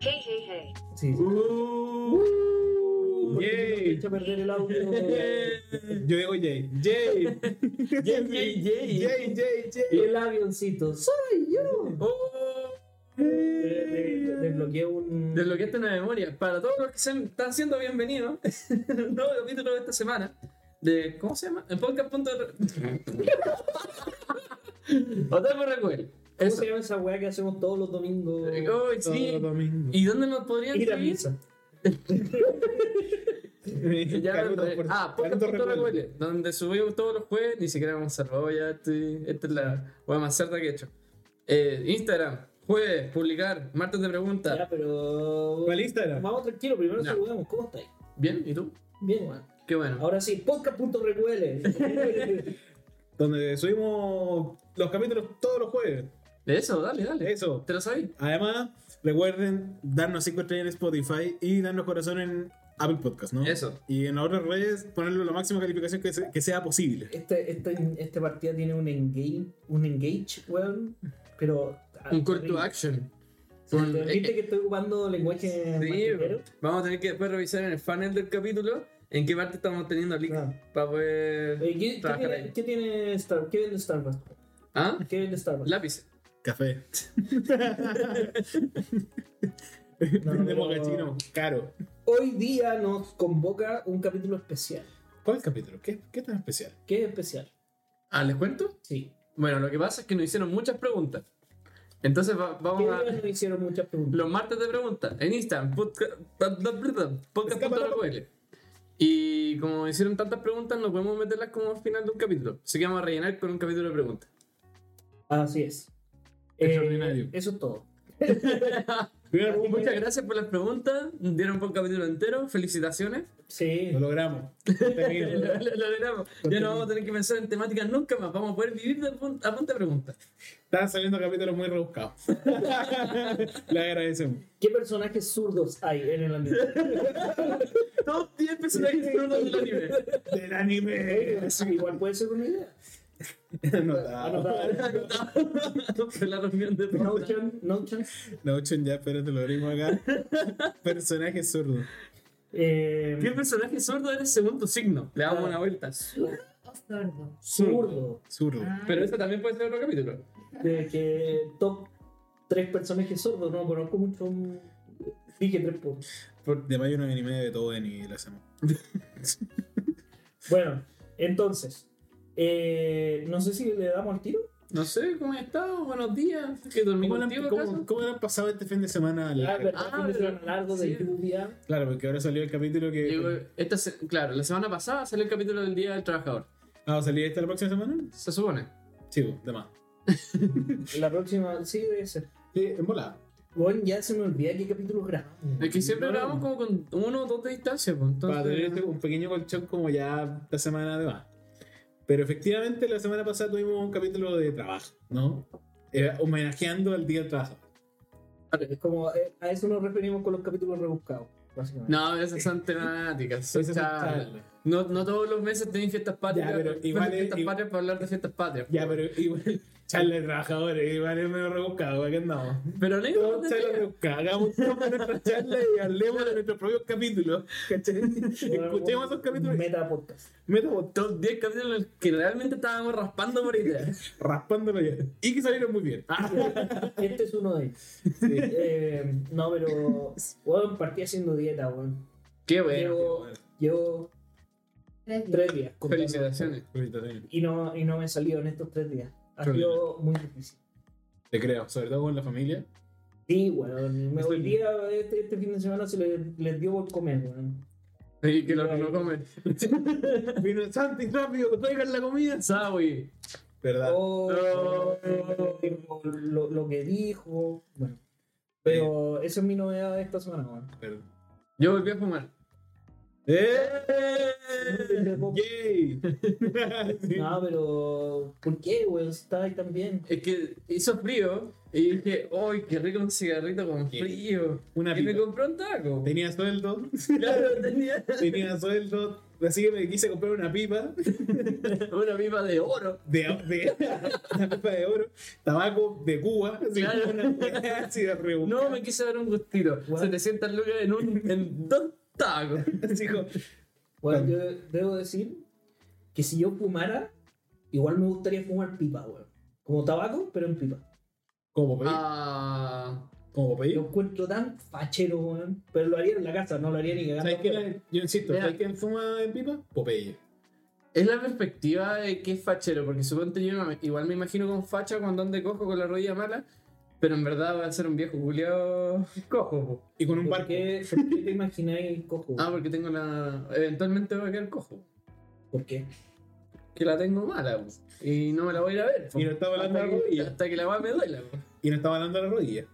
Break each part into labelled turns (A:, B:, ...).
A: Hey, hey, hey.
B: Sí, sí.
C: Uh,
B: Porque yo me
C: yay.
B: eché a perder el audio.
C: Yo digo yay. Yay.
D: Yay, yay, yay.
C: Yay, yay,
B: Y
C: yay.
B: el avioncito. ¡Soy yo!
D: Oh,
B: De- de- Desbloqueé un.
D: desbloqueaste una memoria. Para todos los que sean- están siendo bienvenidos, nuevo capítulo de esta semana. De, ¿Cómo se llama? En podcast. Otaku Recuel.
B: ¿Cómo
D: Eso.
B: se llama esa weá que hacemos todos los domingos?
D: Oh, sí.
C: Todo domingo.
D: ¿Y dónde nos podrían
B: Ir a
D: seguir?
B: misa.
D: Ya me
C: Caruto,
D: acordé.
C: por
D: ah,
C: tanto recuerdo.
D: podcast.recuel. Donde subimos todos los jueves, ni siquiera hemos salvado "Oh, ya. Estoy, esta es la hueá más cerda que he hecho. Eh, Instagram, jueves, publicar, martes de preguntas.
B: Ya, pero.
C: ¿Cuál Instagram?
B: Vamos tranquilo, primero
D: Ya.
B: saludamos. ¿Cómo estáis?
D: Bien, ¿y tú?
B: Bien.
D: Bueno, qué bueno.
B: Ahora sí, podcast.recuele.
C: Donde subimos los capítulos todos los jueves.
D: De eso, dale, dale.
C: Eso.
D: ¿Te lo sabéis?
C: Además, recuerden darnos 5 estrellas en Spotify y darnos corazón en Apple Podcast, ¿no?
D: Eso.
C: Y en las otras redes ponerle la máxima calificación que, se- que sea posible.
B: este, este, este partida tiene un engage, un engage, weón. Pero.
D: Un call to action. Con-
B: ¿Viste
D: eh,
B: que estoy ocupando lenguaje
D: sí,
B: marquetero?
D: vamos a tener que después revisar en el panel del capítulo en qué parte estamos teniendo link
B: Ah.
D: para poder
B: Oye, Eh, ¿qué, qué
D: trabajar
B: tiene,
D: ahí.
B: ¿Qué tiene Star- qué vende Starbucks?
D: ¿Ah?
B: ¿Qué vende Starbucks?
D: Lápiz.
C: Café.
B: No, pero-
C: Vendemos gachino caro.
B: Hoy día nos convoca un capítulo especial.
C: ¿Cuál capítulo? ¿Qué, qué tan especial?
B: ¿Qué es especial?
D: Ah, ¿les cuento?
B: Sí.
D: Bueno, lo que pasa es que nos hicieron muchas preguntas. Entonces va-
B: ¿Qué
D: vamos a.
B: día nos hicieron muchas preguntas?
D: Los martes de preguntas en Instagram, podca- pod- pod- pod- podcast.recuel. Y como hicieron tantas preguntas, no podemos meterlas como al final de un capítulo. Así que vamos a rellenar con un capítulo de preguntas.
B: Así es. Eh,
C: Extraordinario.
B: eso es todo.
C: Primera pregunta.
D: Muchas gracias por las preguntas. Dieron por capítulo entero. Felicitaciones.
B: Sí.
C: Lo logramos. Termino.
D: Lo lo logramos. Ya no vamos a tener que pensar en temáticas nunca más. Vamos a poder vivir de pun- a punta de preguntas.
C: Están saliendo capítulos muy rebuscados. Le agradecemos.
B: ¿Qué personajes zurdos hay en el ambiente?
D: Todos 10 personajes frutos del anime.
C: Del anime.
B: Igual puede ser una idea. Ah,
C: Anotado.
D: Fue la reunión de
B: No
D: preguntas.
B: chance, no chance.
C: No, chun, ya, pero te lo abrimos acá. Personaje zurdo.
B: Eh,
D: ¿Qué personaje sordo eres según tu signo? Le damos
B: Ah.
D: una vuelta.
A: Zurdo o sordo. Ah,
B: zurdo.
C: Zurdo.
D: Pero eso también puede ser otro capítulo.
B: De que top tres personajes sordos, no conozco mucho. un- Dije tres por.
C: Por- de mayo un anime de todo y la semana.
B: Bueno, entonces. eh, no sé si le damos el tiro.
D: No sé, ¿cómo has estado? Buenos días. ¿Que dormí
C: ¿Cómo,
D: contigo
C: le- cómo,
D: acaso?
C: cómo le han pasado este fin de semana? al-
B: Ah, verdad,
D: Ah,
B: fue un
D: pero-
B: verano largo de
D: sí.
B: lluvia.
C: Claro, porque ahora salió el capítulo que.
D: Llegó- esta se- claro, la semana pasada salió el capítulo del Día del Trabajador.
C: Ah, ¿va a salir este la próxima semana?
D: Se supone.
C: Sí, pues, de más.
B: La próxima, sí, debe ser.
C: Sí, en volada.
B: Bueno, ya se me olvida qué capítulos grabamos.
D: Es que siempre
B: No.
D: grabamos como con uno o dos de distancia, pues,
C: Para tener este-
D: entonces...
C: un pequeño colchón como ya la semana de más. Pero efectivamente, la semana pasada tuvimos un capítulo de trabajo, ¿no? Eh, homenajeando al Día del Trabajo.
B: Es como, eh, a eso nos referimos con los capítulos rebuscados, básicamente.
D: No, esas son temáticas. son
C: Ese es el
D: charlas.
C: charla.
D: no, no todos los meses tienen fiestas patrias.
C: pero
D: pero
C: igual es-
D: fiestas
C: igual-
D: patrias para hablar de fiestas patrias.
C: Ya, pero igual, charla de trabajadores, eh, igual es medio rebuscado, ¿para qué andamos?
D: Pero no
C: Todos charlas rebuscadas, hagamos todas nuestras charlas y hablemos de nuestros propios capítulos, ¿cachai? Escuchemos esos capítulos,
B: Meta podcast.
C: metamos
D: Top 10 capítulos en los que realmente estábamos raspando por ideas.
C: raspándolo ya, y que salieron muy bien. Ah,
B: Este es uno de ellos. Eh, no, pero. Weón, partí haciendo dieta, weón.
D: Qué
B: Llevo, llevo
A: Tres días.
B: tres días. contando.
D: Felicitaciones.
C: Felicitaciones.
B: Y no, y no me salió en estos tres días. Ha
C: Qué
B: sido muy difícil.
C: Te creo, sobre todo con la familia.
B: Sí, weón. Me
C: Eso-
B: volví a- este, este fin de semana se le- les, dio por comer, weón.
D: Y que los que no comen.
C: Vino Santi, rápido, traigan la comida.
D: Sawi.
C: ¿Verdad?
B: Oh,
D: Oh.
B: Lo, lo que dijo. Bueno. Pero esa es mi novedad de esta semana, weón.
C: Perdón.
D: Yo volví a fumar.
C: ¡Eh! ¡Yay! Sí.
B: No, pero ¿por qué, güey? Está ahí también.
D: Es que hizo frío y dije, ¡ay, qué rico un cigarrito con
C: ¿Qué?
D: frío!
C: Una
D: y me
C: pipa.
D: compré un taco.
C: Tenía sueldo,
D: Claro, tenía.
C: tenía sueldo, Así que me quise comprar una pipa
D: Una pipa de oro.
C: de, de- una pipa de oro, tabaco de Cuba, así,
D: Claro.
C: una weá así de rebuscada.
D: No, me quise dar un gustito.
B: What?
D: 700 lucas en, un, en dos tacos.
C: Así como,
B: Bueno, yo debo decir que si yo fumara, igual me gustaría fumar pipa, weón. Como tabaco, pero en pipa.
C: como pedí,
D: Ah,
C: como pedí.
B: Lo encuentro tan fachero, weón. Pero lo haría en la casa, no lo haría ni cagando.
C: ¿Sabes quién
B: afuera.
C: es? Yo insisto,
D: Mira.
C: ¿sabes quién fuma en pipa? Popeye.
D: es la perspectiva de que es fachero, porque suponte yo me- igual me imagino con facha cuando ande cojo con la rodilla mala, pero en verdad va a ser un viejo culiao cojo. po.
C: Y con un
B: ¿Por
C: barco.
B: qué, por qué te imagináis cojo?
D: Ah,
B: weón?
D: porque tengo la. Eventualmente va a quedar cojo.
B: ¿Por qué?
D: Que la tengo mala, po. Y no me la voy a ir a ver. po.
C: Y no está hablando
D: hasta,
C: de
D: que,
C: rodilla.
D: hasta que la va me duela, po.
C: Y no estaba dando la rodilla.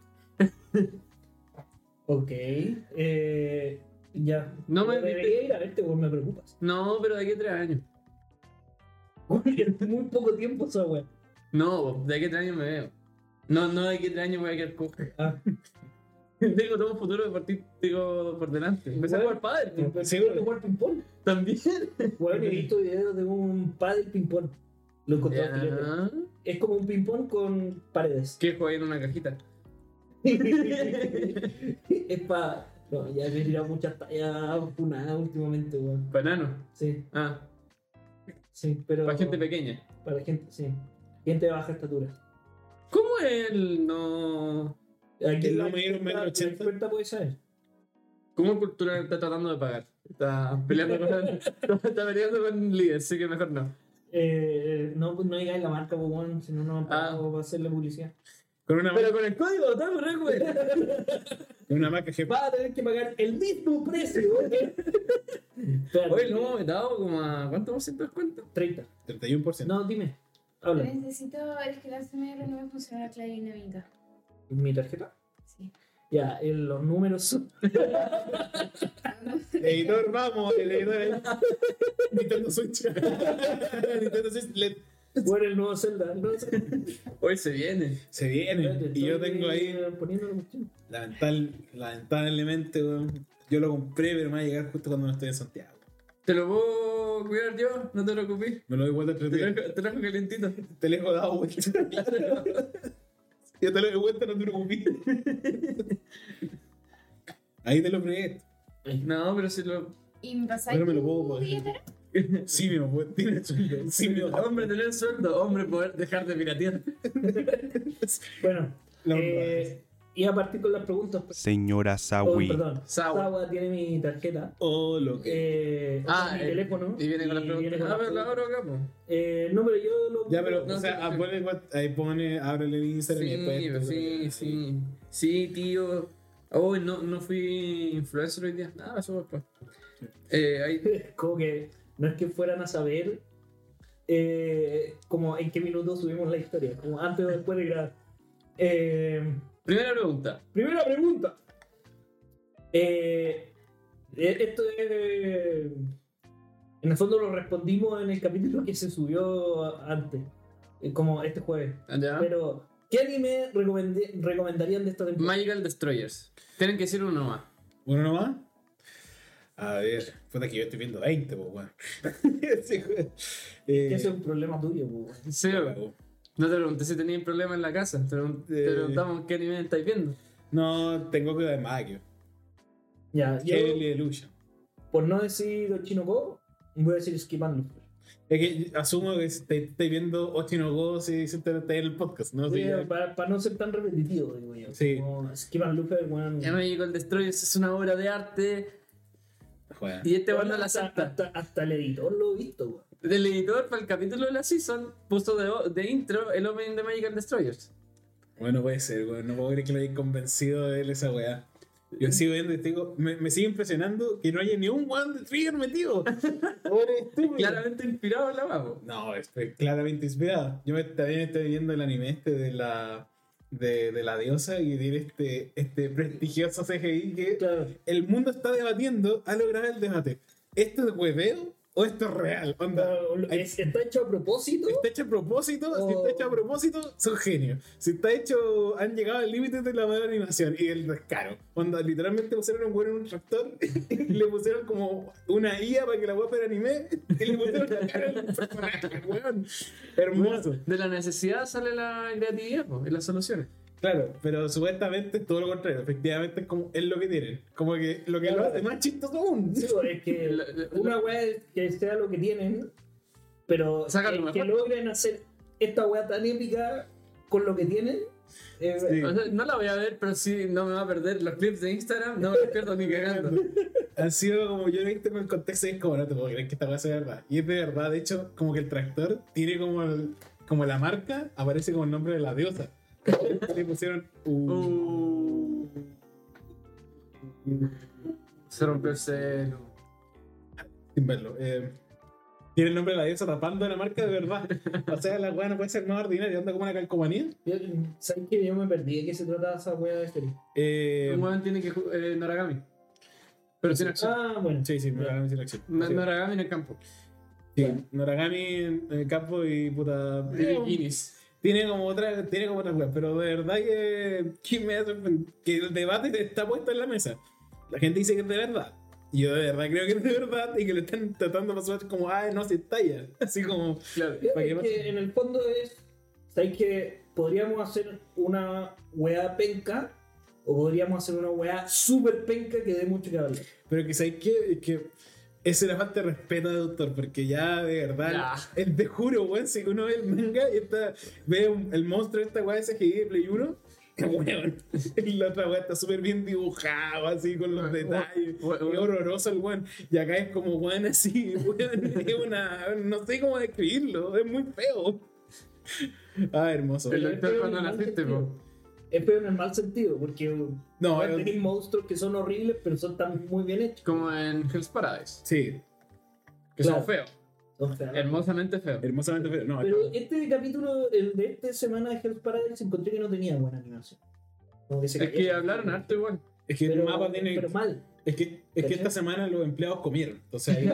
B: Ok. Eh, ya.
D: No me-
B: debería ir a verte, weón, me preocupas.
D: No, pero de aquí a tres años.
B: Porque es muy poco tiempo esa weón.
D: No, po, de aquí a tres años me veo. No, no, de aquí a tres años voy a quedar cojo.
B: Ah,
D: Tengo todo un futuro deportivo por delante. Empecé a
B: Bueno.
D: jugar padre,
B: pero
C: Sí,
B: yo
C: weón.
B: quiero jugar ping-pong.
D: también.
B: Weón, he visto videos de un padre ping-pong. Lo encontré. filete.
D: Ya.
B: Es como un ping-pong con paredes.
D: Que juega en una cajita.
B: es para. No, ya me he tirado muchas tallas funadas últimamente, weón.
D: Banano.
B: Sí,
D: Ah,
B: sí, pero.
D: para gente pequeña.
B: Para gente, sí. Gente de baja estatura.
D: ¿Cómo él no.?
B: Aquí
C: ¿El
B: la
C: hombre era un metro
B: experta- la
C: ochenta?
B: experta pues, puede saber.
D: ¿Cómo cultura está tratando de pagar? Está peleando con, está peleando con líder, así que mejor no.
B: Eh, no, pues no digáis la marca, pues, weón, si no, no me
D: Ah.
B: pago para hacerle publicidad.
C: Con una,
D: Pero con el código, estamos re güey.
C: con una marca jefa.
B: Va a tener que pagar el mismo precio. ¿eh? Espérate,
D: Oye, lo hemos aumentado como a. ¿Cuánto hemos sido descuento?
B: 30.
C: 31%.
B: No, dime. Habla.
A: Necesito, es que la CMR no me funciona la clave dinámica.
B: ¿Mi tarjeta?
A: Sí.
B: Ya, eh, los números son.
C: Editor, vamos, el editor ahí. Nintendo Switch. Nintendo Switch le-
B: Bueno, el nuevo Zelda. el nuevo Zelda.
D: Hoy se viene.
C: se viene.
B: Espérate,
C: Y yo
B: estoy,
C: tengo ahí,
B: eh, Poniendo la cuestión.
C: lamental- lamentablemente, weón, yo lo compré, pero me va a llegar justo cuando no estoy en Santiago.
D: ¿Te lo puedo cuidar yo? No te preocupes.
C: Me lo doy vuelta
D: Te
C: tres días.
D: dejo, te dejo calentito.
C: Te lo he dado vuelta. yo te lo doy vuelta, no te preocupes. Ahí te lo fregué.
D: No, pero si lo.
A: ¿Y me pasáis
C: Pero me lo puedo
A: tu
C: poner.
A: billetera?
C: Simio, weón, tiene sueldo. Simio.
D: Hombre, tener sueldo. Hombre, poder dejar de piratear.
B: Bueno,
C: La honra.
B: eh, iba a partir con las preguntas. pues.
E: Señora
B: Oh,
E: Sawi.
B: perdón.
D: Sawa.
B: Sawa tiene mi tarjeta.
C: Oh, lo que.
B: Eh,
D: Ah,
B: mi
D: eh,
B: teléfono.
D: Y viene con las
B: viene
D: preguntas.
B: con
D: Ah,
B: las
D: pero la
B: preguntas.
D: abro acá, po.
B: Eh, no, pero yo lo.
C: Ya, pero,
D: No,
C: o sea,
D: sí, sí.
C: ponle what- ahí pone, ábrele el Instagram y después. eh,
D: Sí, pues, sí, sí. Sí, tío. Hoy no, no fui influencer hoy día. Nada, eso después. Eh, ahí-
B: Como que no es que fueran a saber eh, como en qué minuto subimos la historia, como antes o después de grabar. Eh,
D: Primera pregunta.
B: primera pregunta. Eh, eh, esto es. eh, en el fondo lo respondimos en el capítulo que se subió antes, eh, como este jueves.
D: ¿Ya?
B: Pero, ¿qué anime recomendé- recomendarían de esta temporada?
D: Magical Destroyers. Tienen que decir uno más.
C: ¿Uno nomás? A ver, puta que yo estoy viendo 20, pues, weón. Sí, weón.
B: Que
C: Eh,
B: ese es un problema tuyo, po, weón.
D: Sí, no te pregunté si tenían problemas en la casa. Te, pregun- te
C: Eh.
D: preguntamos qué anime estáis viendo.
C: No, tengo que de Magio.
B: Ya, yo,
C: Heavenly Delusion.
B: por no decir Ochinoco, voy a decir Skip and Loop.
C: Es que asumo que estáis estáis viendo Ostino Go si si te- estáis en el podcast, ¿no? Sí,
B: Sí,
C: ya.
B: para, para no ser tan repetitivo, digo yo.
C: Sí.
B: Como Skip and Loop, weón.
D: Ya Magical Destroyers es una obra de arte
C: Juega.
D: y este banda la
B: hasta,
D: salta.
B: hasta, hasta el editor lo he visto, weón.
D: El editor para el capítulo de la season puso de, o- de intro el opening de Magical Destroyers.
C: Bueno, puede ser, weón. No puedo creer que lo hayáis convencido de él esa weá. Yo sigo viendo y te digo, me, me sigue impresionando que no haya ni un weón de Trigger metido. Pobre estúpido.
D: Claramente inspirado en la vago.
C: No, estoy claramente inspirado. Yo me, también estoy viendo el anime este de la, de, de la diosa y tiene este, este prestigioso CGI que
B: Claro.
C: el mundo está debatiendo a lograr el debate. ¿Esto es hueveo o esto es real, onda.
B: ¿Es- ¿Está hecho a propósito?
C: Está hecho a propósito, si
B: Oh.
C: está hecho a propósito, son genios. Si está hecho, han llegado al límite de la mala animación y el descaro. Onda, literalmente pusieron a un güey en un tractor y le pusieron como una IA para que la weá fuera anime y le pusieron la cara al personaje, weón. Hermoso.
D: De la necesidad sale la creatividad po, y las soluciones.
C: Claro, pero supuestamente es todo lo contrario. Efectivamente es, como, es lo que tienen. Como que lo que lo hace más chistoso aún.
B: Sí, pues, es que
D: La- la-
B: una weá es que sea lo que tienen, pero
D: Saca
B: que-
D: lo mejor.
B: que logren hacer esta weá tan épica con lo que tienen. eh,
C: Sí.
D: O sea, no la voy a ver, pero sí no me va a perder los clips de Instagram, no me los pierdo ni cagando.
C: Ha sido como yo lo he visto con el contexto y es como, no te puedo creer que esta cosa es verdad. Y es de verdad, de hecho, como que el tractor tiene como, el- como la marca, aparece como el nombre de la diosa. Y Le pusieron. Uh,
D: Uh, se rompió el celo.
C: sin verlo. eh, tiene el nombre de la diosa tapando la marca de verdad. O sea, la weá no puede ser más ordinaria, anda como una calcomanía.
B: yo- ¿Sabes que Yo me perdí de qué se trataba esa weá de serie.
C: Eh,
D: Un weón tiene que ju- eh, Noragami. Pero sin acción.
B: Ah, bueno.
C: sí, sí, Noragami sin acción.
D: Na-
C: Sí,
D: Noragami en el campo.
C: sí, Noragami en en el campo y puta.
D: Tiene bikinis.
C: Tiene como otra, tiene como otras weas, pero de verdad que, que me hace- que el debate está puesto en la mesa. La gente dice que es de verdad. Y yo de verdad creo que es de verdad y que lo están tratando de pasar como, ay, no se estalla. Así como,
D: Claro.
B: Yo
C: ¿Para qué
B: creo
C: más?
B: que en el fondo es. ¿Sabes que Podríamos hacer una weá penca o podríamos hacer una weá súper penca que dé mucho que hablar.
C: pero que sabes que, que esa es la falta de respeto de autor, porque ya de verdad,
D: Ya.
C: el- te juro, weón, si uno ve el manga y está, ve un- el monstruo de esta wea ese de Play 1, weón, y la otra wea está súper bien dibujado, así con los detalles.
D: Weón,
C: Es
D: weón.
C: horroroso el weón. Y acá es como weón así, weón. Es una. No sé cómo describirlo. Es muy feo. Ah, hermoso.
D: El
B: Pero
D: doctor
B: es
D: cuando
B: un mal
D: naciste,
B: sentido.
D: po.
B: Es peor en el mal sentido, porque
C: No, eh,
B: igual
C: es-
B: tenéis monstruos que son horribles, pero son tan muy bien hechos.
D: Como en Hell's Paradise.
C: Sí,
D: Que
C: Ah.
B: Claro.
D: son feos.
B: O sea,
D: Hermosamente feos.
C: hermosamente feo. No,
B: Pero este capítulo, el de esta semana de Hell's Paradise, encontré que no tenía buena animación. Como se
D: Es que
B: caía.
D: hablaron harto igual.
C: es que
B: pero,
C: el mapa tiene.
B: pero mal.
C: es que, es que esta semana los empleados comieron. Entonces ahí.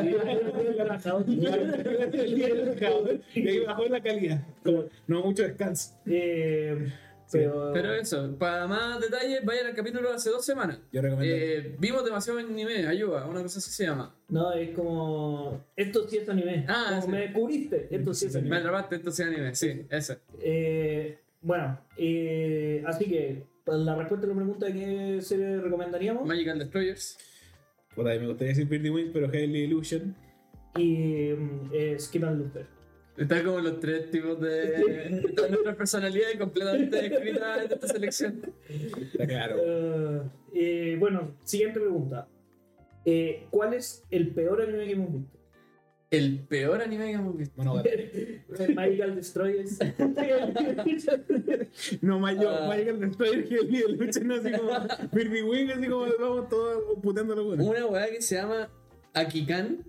C: el día del trabajador, y ahí bajó la calidad. Como, no mucho descanso.
B: Eh,
C: Ah.
B: pero,
D: Pero eso, para más detalles, vayan al capítulo de hace dos semanas.
C: Yo recomiendo.
D: Eh, vimos demasiado anime, ayuda, una cosa así se llama.
B: no, es como. Esto sí es anime.
D: Ah,
B: Como
D: sí.
B: me descubriste. Esto sí es
D: Me
B: anime.
D: atrapaste, esto sí anime, sí, ese.
B: Eh, bueno, eh, así que para la respuesta a la pregunta de qué serie recomendaríamos.
D: Magical Destroyers.
C: Por ahí me gustaría decir Pretty Wings, pero Heavenly Illusion.
B: Y mm, eh, Skip and Looper.
D: Está como los tres tipos de. Están nuestras personalidades completamente descritas en esta selección.
C: Está claro.
B: Eh, eh, bueno, siguiente pregunta. Eh, ¿Cuál es el peor anime que hemos visto?
D: El peor anime que hemos visto.
C: Bueno,
B: Magical Destroyers.
C: No, Mayo,
D: Ah.
C: Michael Destroyer y el líder luchando así como Birdie Wing, así como vamos todos puteando la buena.
D: Una weá que se llama Akikan,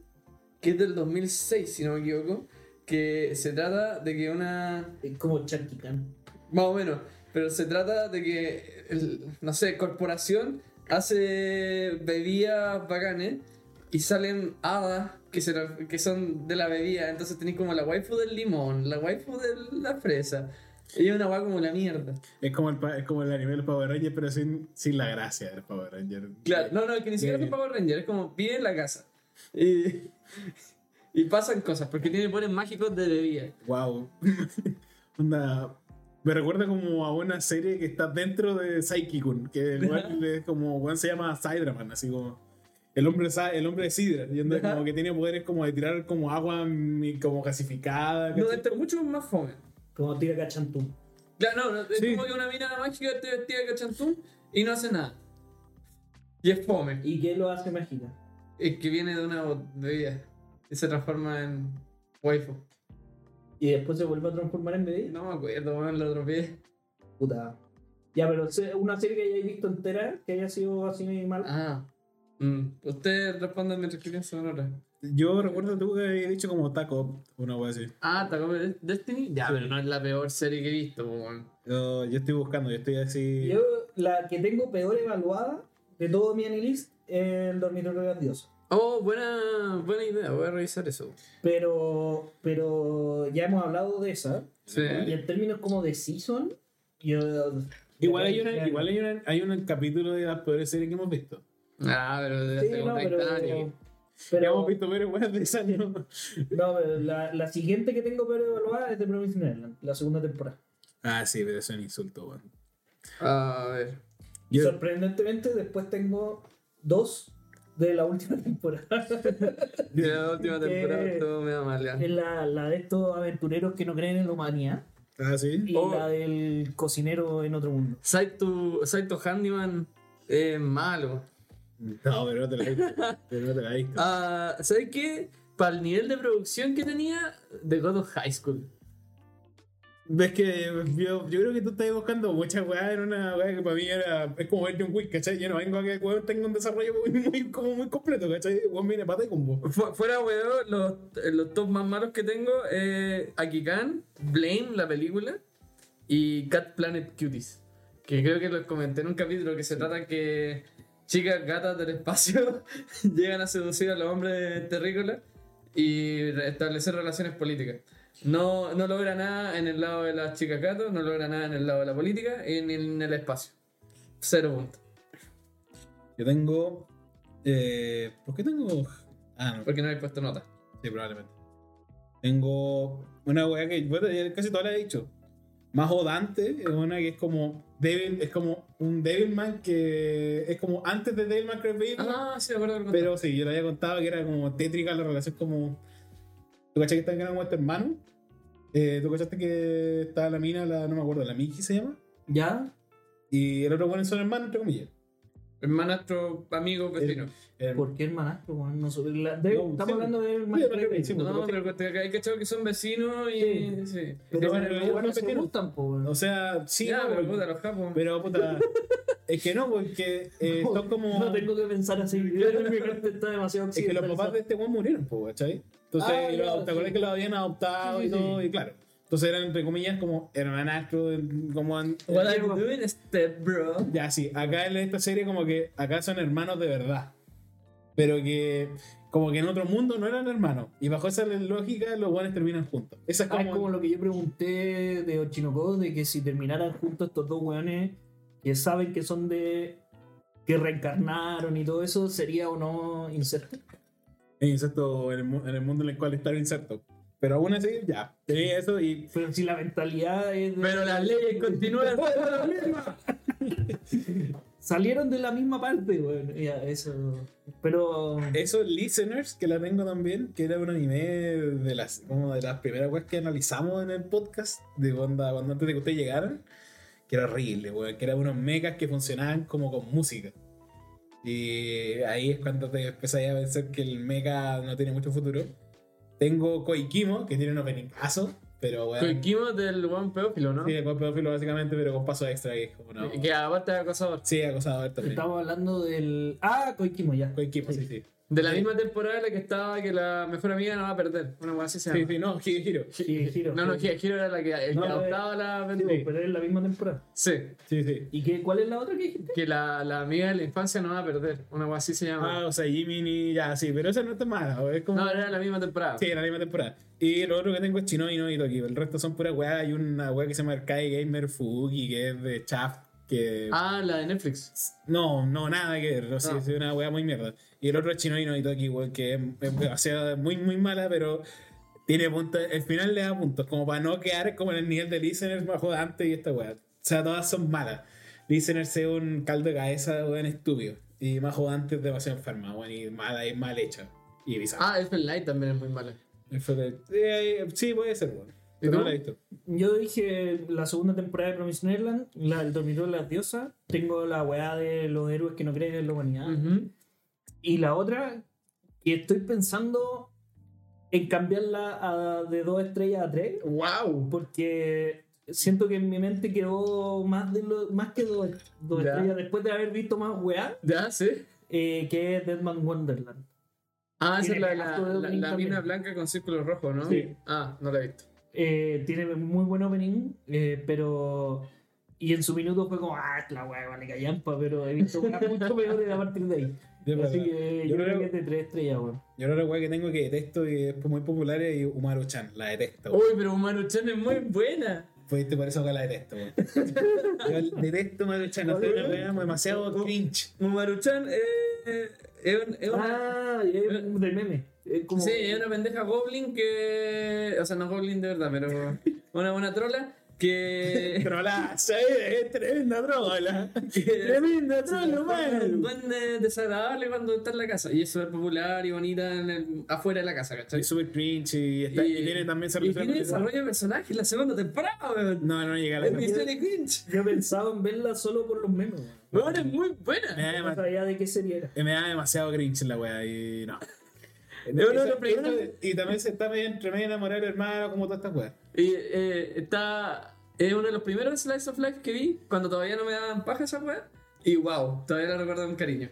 D: que es del 2006, si no me equivoco. Que se trata de que una.
B: Eh, Como Chucky Khan.
D: Más o menos. Pero se trata de que, el- no sé, corporación hace bebidas bacanes y salen hadas que, se la- que son de la bebida. Entonces tenéis como la waifu del limón, la waifu de la fresa. Y es una weá como la mierda.
C: Es como, el, pa- es como el anime de los Power Rangers, pero sin, sin la gracia del Power Ranger.
D: Claro, no, no, que ni siquiera
C: Bien.
D: son Power Rangers, es como viven la casa. eh. Y, y pasan cosas, porque tienen poderes mágicos de bebida.
C: Wow. Onda. Me recuerda como a una serie que está dentro de Saiki-kun, que el weón es como, weón se llama Sidraman, así como el hombre, sa- el hombre de Sidra, y onda como que tiene poderes como de tirar como agua mm, como gasificada.
D: No,
C: ¿cachai?
D: esto es mucho más fome.
B: Como Tira Cachantún.
D: Claro, no, no, es
C: Sí.
D: como que una mina mágica esté vestida de cachantún y no hace nada. Y es fome.
B: ¿Y qué lo hace mágica?
D: Es que viene de una bo- bebida y se transforma en waifu.
B: Y después se vuelve a transformar en bebida.
D: No me acuerdo, weón, lo atropellé.
B: Puta. Ya, pero se- una serie que hayáis visto entera, que haya sido así mal.
D: Ah. Mm. Ustedes respondan mientras que pienso en otra.
C: Yo recuerdo tú que habías dicho como Taco, una wea así.
D: Ah, Taco de- Destiny. Ya,
C: Sí.
D: pero no es la peor serie que he visto, weón.
C: Yo, yo estoy buscando, yo estoy así.
B: Yo, la que tengo peor evaluada de todo mi anilist es el dormitorio de las diosas.
D: Oh, buena, buena idea, voy a revisar eso.
B: Pero, pero ya hemos hablado de esa.
D: Sí.
B: Y en términos como de season, yo.
C: Igual hay, una, igual hay, una, hay un capítulo de las peores series que hemos visto.
D: Ah, pero de
B: Sí,
D: hace
B: no,
D: como 30
B: pero.
D: años.
C: Ya hemos
B: Pero,
C: visto peores weas de ese año.
B: no, pero la, la siguiente que tengo para evaluar es de Promising Neverland, la segunda temporada.
C: Ah, sí, pero eso es un insulto, weón.
D: A ver.
C: Yo-
B: Sorprendentemente, después tengo dos de la última temporada.
D: De la última
B: ¿Qué?
D: temporada estuvo medio mal ya.
B: Es la, la de estos aventureros que no creen en la humanidad
C: Ah, sí.
B: y
D: Oh.
B: la del cocinero en otro mundo.
D: Side to, Side to Handyman es malo.
C: No, pero no te la he visto. Pero no te la he visto.
D: Ah, ¿Sabes qué? Para el nivel de producción que tenía, The God of High School.
C: Ves que yo, yo creo que tú estás buscando muchas weas en una wea que para mí era. Es como ver John Wick, ¿cachai? Yo no vengo a que el weón tenga un desarrollo muy, muy- como muy completo, ¿cachai? El weón viene pata y combo.
D: Fu- fuera, weón, los, los top más malos que tengo eh, Akikan, Blame, la película, y Cat Planet Cuties. Que creo que los comenté en un capítulo que se trata que chicas gatas del espacio llegan a seducir a los hombres terrícolas y re- establecer relaciones políticas. No, no logra nada en el lado de las chicas gatos, no logra nada en el lado de la política y ni en el espacio. Cero puntos.
C: Yo tengo. Eh, ¿Por qué tengo.? Ah, no,
D: Porque no le he puesto nota.
C: sí, probablemente. Tengo una wea que bueno, ya casi toda la he dicho. Más odante, es una que es como. Devil, es como un Devilman que. Es como antes de Devilman Crash Baby.
D: Ah, sí, me acuerdo del
C: Pero sí, yo le había contado que era como tétrica la relación como... ¿Tú cachaste que están ganando con este hermano? Eh, ¿Tú cachaste que estaba la mina, la, no me acuerdo, la Miki se llama?
B: ¿Ya?
C: Y el otro bueno son hermanos, entre comillas.
D: Hermanastro, amigo, vecino.
C: Eh,
B: ¿Por qué hermanastro? weón? No, sobre la- de-
C: No,
B: estamos
C: sí.
B: hablando del
C: Sí, Minecraft, sí,
D: No,
C: pero-
D: pero que hay cachado que son vecinos y. Sí.
B: Pero
C: Sí,
B: en
C: pero
B: realidad
C: bueno,
B: no se
C: vecinos.
B: gustan, po, weón.
C: O sea, sí,
D: ya,
C: no,
D: pero
C: pero,
D: puta, los capos.
C: pero, puta... es que no, porque eh,
B: No,
C: son como...
B: No tengo que pensar así. Mi mente está demasiado
C: es que los papás
B: occidentalizada.
C: de este weón murieron, po, ¿cachai? Entonces,
B: Ah,
C: y
B: ya,
C: los- ¿te acuerdas
B: sí.
C: que los habían adoptado
B: Sí,
C: y
B: sí,
C: todo?
B: sí.
C: Y claro. Entonces eran, entre comillas, como hermanastro, como... an-
D: What are you doing, step bro?
C: Ya, sí, acá en esta serie como que acá son hermanos de verdad. Pero que como que en otro mundo no eran hermanos. Y bajo esa lógica los buenos terminan juntos. Esa es
B: Ah,
C: como...
B: es como lo que yo pregunté de Ochinoco, de que si terminaran juntos estos dos weones que saben que son de. que reencarnaron y todo eso, ¿sería o no incesto?
C: el inserto en el, mu- en el mundo en el cual está el inserto. Pero aún así, ya. Tenía eso y...
B: Pero si la mentalidad es. de-
D: Pero las leyes continúan siendo las mismas.
B: Salieron de la misma parte, weón. Ya, eso. Pero.
C: Eso, Listeners, que la tengo también, que era un anime de las, como de las primeras weas que analizamos en el podcast, de cuando, cuando antes de que ustedes llegaran, que era horrible, weón, que eran unos mechas que funcionaban como con música. Y ahí es cuando te empezáis a pensar que el mecha no tiene mucho futuro. Tengo Koikimo, que tiene un openingazo, pero weón.
D: Coquimos del One Pedófilo, ¿no?
C: Sí, el weón pedófilo básicamente, pero con paso extra, que es como no.
D: Que aparte es acosador.
C: Sí, acosador también.
B: Estamos hablando del. Ah, Koikimo, ya.
C: Koikimo, sí, sí.
D: De la misma temporada en la que estaba que la mejor amiga no va a perder. Una cosa así se
C: Sí,
D: llama.
C: sí, no, Higihiro.
B: Sí, giro,
D: No, no,
B: giro.
D: Hiro era la que, el
B: No,
D: que
B: eh,
D: adoptaba a la
B: Sí, pues.
D: pendeja.
B: Pero es la misma temporada.
D: Sí,
C: Sí, sí.
B: ¿Y qué, cuál es la otra que dijiste?
D: que la, la amiga de la infancia no va a perder. Una cosa así se llama.
C: Ah, o sea, Jiminy, ya, sí, pero esa no está mala, o es como...
D: No, era la misma temporada.
C: Sí, era la misma temporada. Y lo otro que tengo es Chino y no y Toki, el resto son pura weá, hay una weá que se llama Arcade Gamer Fuki, que es de Chaff, que...
D: Ah, la de Netflix.
C: No, no, nada que ver, no sé,
D: Ah.
C: es una weá muy mierda. Y el otro es Chino y no y Toki, weón, que es, es demasiado- muy, muy mala, pero tiene puntos, el final le da puntos, como para no quedar como en el nivel de listeners más jodante y esta weá. O sea, todas son malas. Listeners es un caldo de cabeza, weón, estúpido. Y más jodante es demasiado enferma, weón, y mala y mal hecha. Y bizarra.
D: Ah, Elfen Light también es muy mala.
C: Fue de- eh, eh, sí, puede ser, weón. Pero
D: tú?
C: no la he visto.
B: Yo dije la segunda temporada de Promising Neverland, la del dormitorio de las diosas. Tengo la weá de los héroes que no creen en la humanidad.
D: Ujú.
B: Y la otra, que estoy pensando en cambiarla a- de dos estrellas a tres,
D: ¡Wow!
B: porque siento que en mi mente quedó más, de lo- más que dos, dos
D: Ya.
B: estrellas después de haber visto más weá,
D: ¿Ya? ¿Sí?
B: eh, que es Deadman Wonderland.
D: Ah, esa es
B: Tiene
D: la, la,
B: pedazo de
D: la,
B: opening
D: la
B: también.
D: mina blanca con círculo rojo, ¿no?
B: Sí.
D: Ah, no la he visto.
B: Eh, tiene muy buen opening, eh, pero Y en su minuto fue como, ah, la weá, vale callampa, pero he visto una mucho peor a partir de ahí.
C: De verdad.
B: Así que yo,
C: Yo
B: creo
C: creo-
B: que es de tres estrellas, weón.
C: Y ahora la weá que tengo que detesto y es muy popular es Umaru-chan. La detesto.
D: Uy, pero Maruchan es muy buena.
C: Pues te parece que la detesto, weón. Yo detesto Umaru-chan. No sé, una weá demasiado cringe.
F: Mumaruchan es, es, un- es una.
B: Ah, y es del meme. Es como,
D: Sí,
B: sí,
D: es
B: era...
D: una pendeja goblin que. O sea, no goblin de verdad, pero. Una, una trola que.
C: Trola, sí, es tremenda trola. Tremenda trola,
D: Un
C: man.
D: duende desagradable cuando está en la casa. Y es súper popular y bonita en el- afuera de la casa, ¿cachai?
C: Es súper cringe y, está, y, tiene también
D: y tiene
C: desarrollo.
D: desarrollo de personaje en la segunda temporada, weón.
C: No, no llega a
D: Es
C: la
D: Miss Jelly Cringe.
B: Yo pensaba en verla solo por los memes, weón.
D: Weón, es muy
C: Me
D: buena.
C: da,
B: No
C: dema-
B: sabía de qué serie era.
C: me da demasiado cringe la weá y no.
D: uno de los
C: Esa-
D: proyectos-
C: uno- Y también se está medio entre medio enamorado del hermano, como todas estas weas.
D: Y eh, está. Es uno de los primeros Slice of Life que vi cuando todavía no me daban paja esa weá. Y wow, todavía la recuerdo con cariño.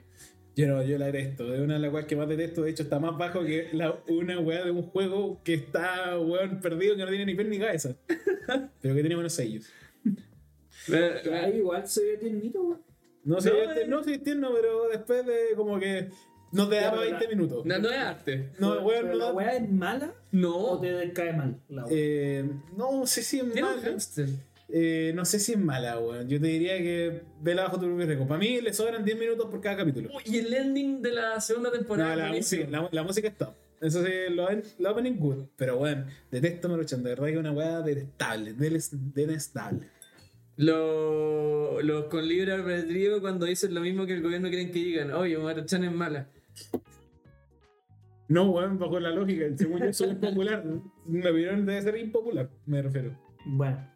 C: Yo no, yo la detesto. Es una de las weas que más detesto. De hecho, está más bajo que la, una wea de un juego que está, weón, perdido, que no tiene ni piel ni cabeza. Pero que tiene buenos sellos.
D: Me- me-
B: Ahí igual se ve tiernito, weón.
C: No sé,
D: No,
C: este-
D: eh.
C: no soy tierno, pero después de como que no te
B: Ya,
C: daba
B: pero la-
C: 20 minutos.
D: No, no es arte.
C: No, weón,
B: Pero
C: no
B: la
C: da.
B: weá es mala o
D: No.
B: te cae mal. La weá.
C: Eh, no sé si es
D: Tiene un
C: mala.
D: hamster.
C: Eh, no sé si es mala, weón. Yo te diría que vela bajo tu propio riesgo. Para mí le sobran 10 minutos por cada capítulo.
D: Uy, Y el ending de la segunda temporada.
C: No, la,
D: buenísimo.
C: música, la, la música está. Eso sí, lo, lo opening good. Pero bueno, detesto Maruchan. De verdad que es una weá detestable. deles- Detestable.
D: Los los con libre albedrío cuando dicen lo mismo que el gobierno quieren que digan. Oye, Maruchan es mala.
C: No, weón, bajo la lógica. Según yo, soy impopular. La opinión debe ser impopular, me refiero.
B: Bueno.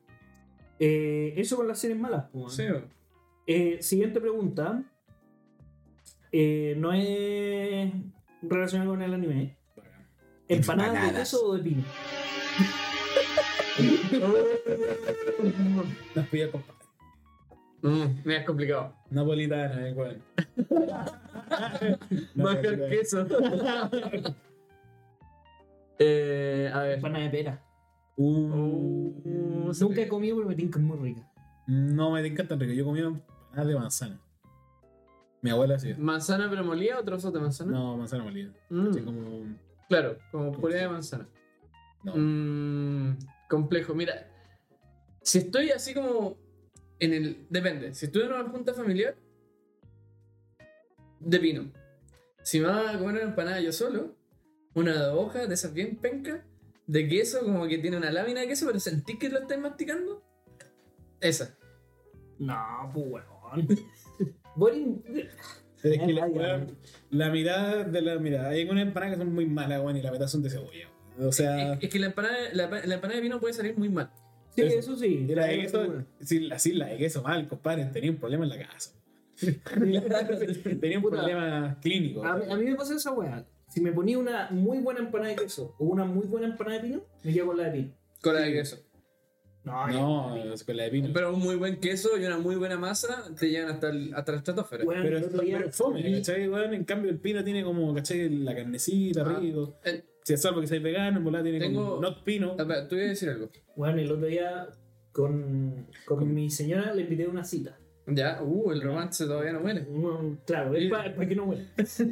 B: Eh, eso con las series malas, po, weón.
D: Sí, weón.
B: Eh, siguiente pregunta. Eh, no es relacionada con el anime. ¿Empanadas de
C: Empanadas.
B: queso o de pino?
C: Las pilla compadre.
D: Mm, me has complicado.
C: Napolitana, eh, weón. No,
D: Bajar
C: no, no.
D: queso. eh, a ver.
B: Empanada de pera.
C: Uh,
D: Oh, se
B: Nunca
D: ve.
B: he comido, pero me tinca muy rica.
C: No me encantan rico. Yo comía empanadas de manzana. Mi abuela hacía.
D: ¿Manzana pero molida o trozo de manzana?
C: No, manzana molida.
D: Mm,
C: Así como.
D: claro, como puré de manzana.
C: No.
D: Mm, complejo. Mira, si estoy así como en el. Depende. Si estoy en una junta familiar, de pino. Si me va a comer una empanada yo solo, una de hoja de esas bien penca, de queso, como que tiene una lámina de queso, pero sentís que lo estáis masticando. Esa.
B: No, pues weón. Boring.
C: Pero es que la,
B: Ay, ay,
C: weón, la mitad de la mirada. Hay algunas empanadas que son muy malas, weón, y la mitad son de cebolla. weón. O
B: Eh,
C: sea,
D: Es, es que la empanada, la, la empanada de pino puede salir muy mal.
B: Sí,
C: Es-
B: eso sí.
C: la de queso,
B: eh, seguro.
C: sí, la, sí, la de queso mal, compadre. Tenía un problema en la casa. Tenía un
B: Puta.
C: problema clínico.
B: A, mí- a mí me pasa esa weá. Si me ponía una muy buena empanada de queso o una muy buena empanada de pino, me quedo con la de pino.
D: Con la de queso.
B: No, ya.
C: No, es con la de pino.
D: Pero un muy buen queso y una muy buena masa te llegan hasta, el- hasta la estratosfera.
B: Weón,
C: Pero
B: el
C: es
B: otro día
C: pero es fome,
B: comí-
C: ¿cachai? Weón, en cambio, el pino tiene como, ¿cachai? La carnecita,
D: Ah.
C: rico.
D: Eh,
C: Si es salvo que seas vegano, en volada tiene
D: Tengo-
C: como not pino.
D: espera, tú ibas a decir algo.
B: Bueno, el otro día con, con mi señora le invité a una cita.
D: Ya, uh, el romance todavía no muere.
B: Mm, Claro, es para que no muera.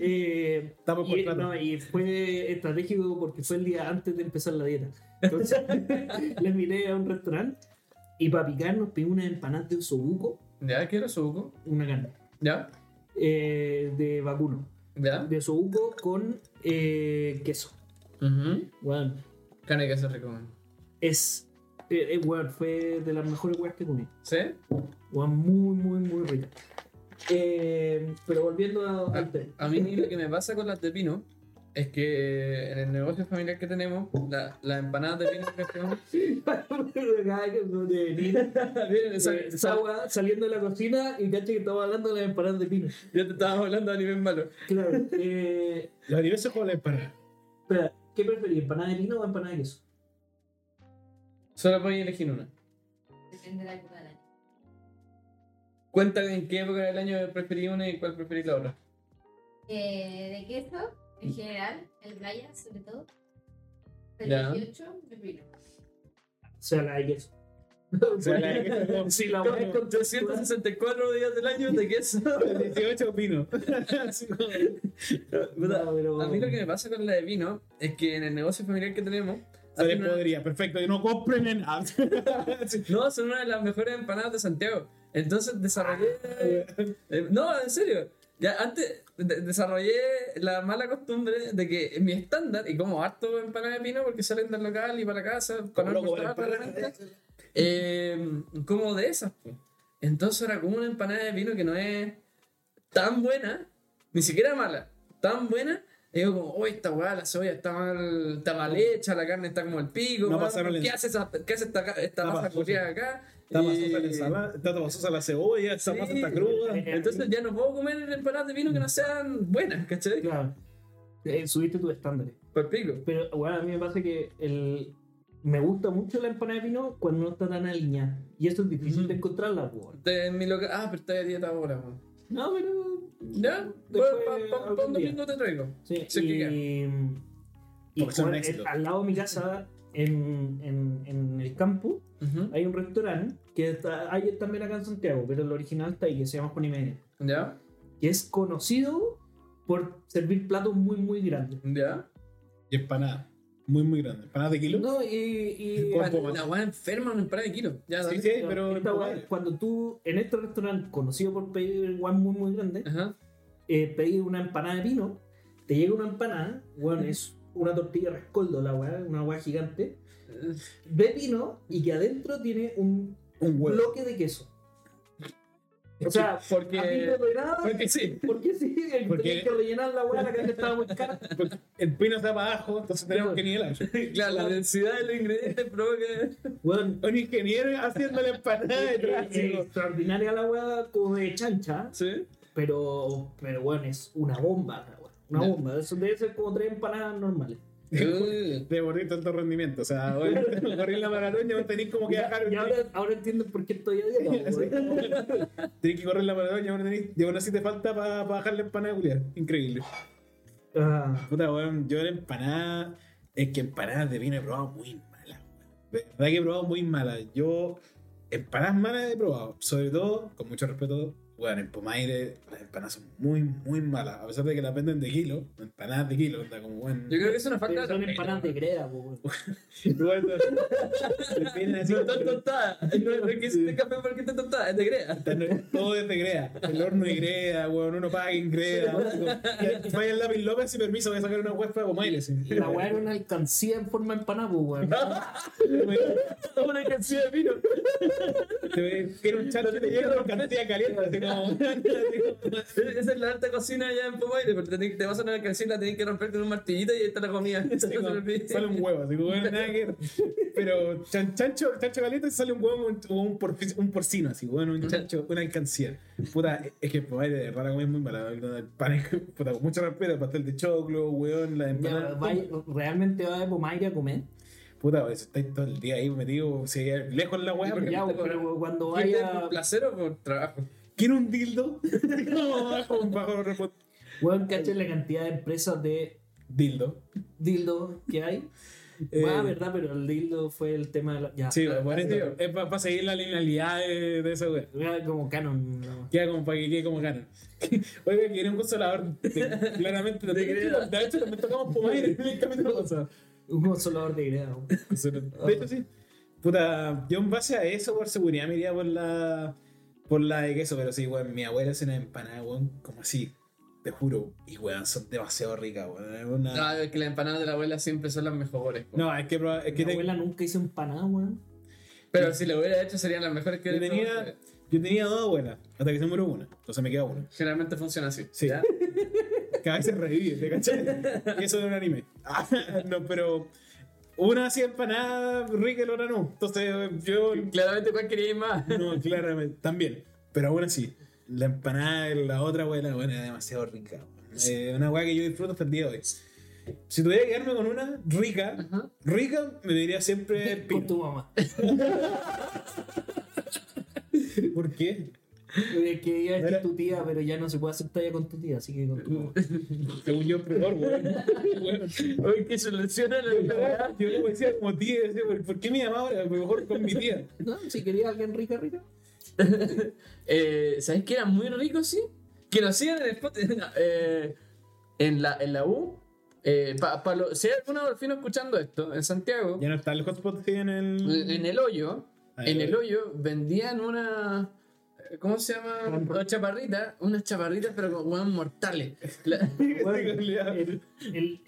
B: Eh,
C: Tapa por
B: y,
C: plata.
B: no, y fue estratégico porque fue el día antes de empezar la dieta. Entonces, le invité a un restaurante y para picar nos pedí unas empanadas de osobuco,
D: Ya, quiero suco.
B: una carne,
D: Ya,
B: eh, de vacuno.
D: ya.
B: De osobuco con eh, queso.
D: Ujú.
B: Bueno,
D: Carne de queso rico. man.
B: es. eh, eh, bueno, fue de las mejores weas que comí.
D: ¿Sí?
B: Weón, muy, muy, muy rica. Eh, pero volviendo a, al tema.
D: A mí lo que me pasa con las de pino es que en el negocio familiar que tenemos, la- las empanadas de pino que hacemos...
B: Cada que me de venir,
D: Miren, esa-
B: eh,
D: esa-
B: esa weá saliendo de la cocina y caché que estaba hablando de las empanadas de pino.
D: ya te estábamos hablando a nivel malo.
B: Claro. Eh,
C: La diversa con la empanada.
B: espera, ¿qué preferís, empanada de pino o empanada de queso?
D: Solo podéis elegir una.
A: Depende de la época del año.
D: Cuéntame en qué época del año preferí una y cuál preferí la otra.
A: Eh, de queso, en general, el playa, sobre todo. El
D: Ya.
A: 18, de pino.
B: O sea, la de queso.
C: Se la dejé como-
B: Si la wea es
C: como
B: con
D: 364 días del año de queso.
C: el 18 vino. Así como-
D: Puta,
B: No, pero-
D: A mí lo que me pasa con la de vino es que en el negocio familiar que tenemos.
C: Se les
D: hacen una-
C: podría, perfecto. Y no compren en apps.
D: No, son una de las mejores empanadas de Santiago. Entonces desarrollé. eh, no, en serio. Ya antes de- desarrollé la mala costumbre de que mi estándar, y como harto empanadas de vino porque salen del local y para casa, para no
C: loco,
D: costar
C: para
D: la renta, eh, como de esas. pues. Entonces era como una empanada de vino que no es tan buena, ni siquiera mala, tan buena. Y yo como, uy, esta weá, la soya está mal, está mal hecha, la carne está como el pico.
C: No
D: weón,
C: pasaron la
D: ¿Qué hace, esa- qué hace esta, esta
C: No
D: masa
C: pasó,
D: currida acá?
C: Está más
D: Y-
C: sosa la ensalada, está más sosa la cebolla, está más
D: Sí.
C: hasta cruda.
D: Entonces ya no puedo comer empanadas de vino que no sean buenas, ¿cachai?
B: Claro. Eh, subiste tus estándares.
D: Por pico.
B: Pero bueno, a mí me pasa que el... me gusta mucho la empanada de vino cuando no está tan alineada. Y eso es difícil de encontrarla, weón.
D: De en mi local. Ah, pero está de dieta ahora, weón.
B: No, pero.
D: Ya,
B: Después,
D: para
B: algún
D: un
B: día.
D: domingo te traigo.
B: Sí,
D: Sí,
B: y, y
C: Porque son un
B: bueno,
C: éxito.
B: al lado de mi casa, en, en, en el campo,
D: Ujú.
B: hay un restaurante que está, hay también acá en Santiago, pero el original está ahí, que se llama Juan y Media,
D: ¿Ya?
B: que es conocido por servir platos muy, muy grandes.
D: ¿Ya?
C: Y empanada. Muy, muy grande. Empanada de kilo.
B: No, y, y-
C: Por- por-
D: La weá enferma una empanada de kilo. Ya,
C: sí,
D: dale.
C: sí, pero
B: esta
C: empanada.
B: weá, cuando tú, en este restaurante, conocido por pedir one muy, muy grande,
D: Ajá.
B: eh, pedí una empanada de pino, te llega una empanada, bueno, es una tortilla de rescoldo, la weá, una weá gigante, de pino y que adentro tiene un
C: un huevo.
B: bloque de queso. O sea, a mí no
D: Porque.
B: rellenaba,
D: Porque sí.
B: porque sí,
C: Porque-
B: tenías que rellenar la weá, la carne estaba muy cara.
C: Porque pues, El pino está para abajo, entonces tenemos que nivelar.
D: Claro, la densidad de los ingredientes provoca.
B: Bueno,
C: Un ingeniero haciendo la empanada detrás. así pues. como-
B: Eh, extraordinaria la weá como de chancha,
D: Sí.
B: pero, pero bueno, es una bomba la weá, Una
D: Ya.
B: bomba, eso debe ser como tres empanadas normales.
D: Uh,
C: De morir tanto rendimiento. O sea, bueno, correr la maratón ya vos tenés como que bajar.
B: Y ahora, ahora entiendo por qué estoy a dieta, weón.
C: Tenés que correr la maratón y ahora tenés. Y aún así te falta para bajar la empanada, Julián. Increíble.
B: Ah,
C: Puta, weón, yo la empanada. Es que empanadas de vino he probado muy malas, weón. De verdad que he probado muy malas. Yo, empanadas malas he probado. Sobre todo, con mucho respeto, weón, en Pomaire las empanadas son muy, muy malas. A pesar de que las venden de kilo, empanadas de kilo, onda como, weón.
D: Yo creo que es una falta
B: pero
D: de.
B: son empanadas de greda, weón.
C: Weón, te piden así,
D: No tan tostada. No es que hiciste café porque está tostada. Es de crea.
C: Todo es de grea. El horno es grea, weón. Uno paga en grea. Y Vaya el lápiz López, sin permiso, voy a sacar una huespa de Pomaire. sí.
B: Y La weá era una alcancía en forma de empanada, pues, weón.
D: Una canción de vino.
C: Te ve- Quiero un chato que te llegue con cantidad caliente. Así como,
D: Esa es la alta cocina allá en Pomaire, porque tenés- te vas a una canción, la tenés que romper con un martillito y ahí está la comida.
C: así como, sale un huevo. Así como, bueno, nada que ver. Pero chan- chancho, chancho caliente sale un huevo un- un, porfi- un porcino. Así, bueno, un chancho, una alcancía. Puta, es que Pomaire de verdad la comida es muy mala. El pan es- puta, con mucho respeto, el pastel de choclo, weón, la empanada.
B: Ya, vaya- ¿Realmente va de Pomaire a comer?
C: Puta, pues estáis todo el día ahí metido, si lejos en la weá.
D: Sí, porque-
B: Ya,
D: te
B: pero cuando
D: ¿Vaya
B: vaya.
D: por placer o por trabajo?
C: ¿Quiere un dildo? no, bajo, bajo repo-
B: Weón, cachen la cantidad de empresas de
C: Dildo.
B: dildo que hay. Va,
C: Eh,
B: verdad, pero el dildo fue el tema de la. Ya.
C: Sí, pues, por
D: Ah,
C: eso. Es para seguir la linealidad de, de esa weá.
B: Era como canon. ¿no?
C: Queda como para que quede como ganan. Oiga, quiere un consolador. De- claramente, de, hecho, de hecho, también tocamos Pomaire en el capítulo pasado.
B: Un consolador de idea. weón.
C: De hecho, sí. Puta, yo en base a eso, por seguridad, me iría por la, por la de queso, pero sí, weón, mi abuela hace una empanada, weón, como así, te juro. Y weón, son demasiado ricas, weón. es una-
D: No, es que las empanadas de la abuela siempre son las mejores. po.
C: No, es que, proba- es que
B: Mi
C: te-
B: abuela nunca hizo empanada, weón.
D: Pero si lo hubiera hecho eh, serían las mejores que
C: yo, tenía, yo tenía dos abuelas, hasta que se murió una, entonces me queda una.
D: Generalmente funciona así.
C: Sí.
D: ¿ya?
C: Cada vez se revive, ¿te cachai? Eso de un anime. Ah, no, pero una hacía empanada rica y la otra no. Entonces yo
D: Claramente, ¿cuál quería ir más?
C: No, claramente. También. Pero aún así, la empanada de la otra abuela, bueno, es demasiado rica. weón. Eh, una weá que yo disfruto hasta el día de hoy. Si tuviera que quedarme con una rica,
D: Ajá.
C: rica, me diría siempre
B: Con
C: pino.
B: tu mamá.
C: ¿Por qué?
B: Eh, que iba a decir
C: Mira. Eh,
B: tu tía, pero ya no se puede hacer talla con tu tía, así que con tu mamá.
C: Según yo, es peor, weón. Weón,
D: Oye, que soluciona la weá.
C: Yo le decía como tía, decía, "¿Por- ¿por qué mi mamá ahora? Mejor con mi tía.
B: No, si quería a alguien rica, rica.
D: Eh, ¿Sabes que era muy rico, sí? Que nos sigan en el spot- eh, en, la, en la U. Eh, pa- pa lo- si hay alguno delfino escuchando esto, en Santiago,
C: Ya no está el hotspot que en el.
D: en el hoyo,
C: Ahí,
D: en el
C: weón.
D: hoyo vendían una. eh, ¿Cómo se llama? Una chaparrita, unas chaparritas, pero con huevos mortales. La-
B: Bueno, el, el,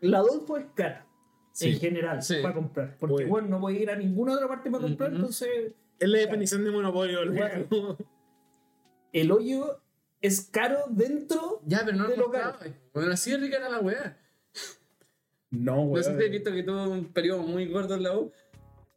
B: la Adolfo es cara.
C: Sí.
B: En general,
D: Sí.
B: para comprar. Porque
C: Bueno.
B: bueno, no voy a ir a ninguna otra parte para comprar,
D: Ujú.
B: entonces
C: Es la definición de monopolio, el
B: Weón.
C: weón.
B: el hoyo es caro dentro.
D: Ya, pero no
B: De
D: lo
B: local.
D: compraba. Bueno, así de rica era la weá.
C: No,
D: No sé si has
C: weón.
D: visto que tuvo un periodo muy gordo en la U.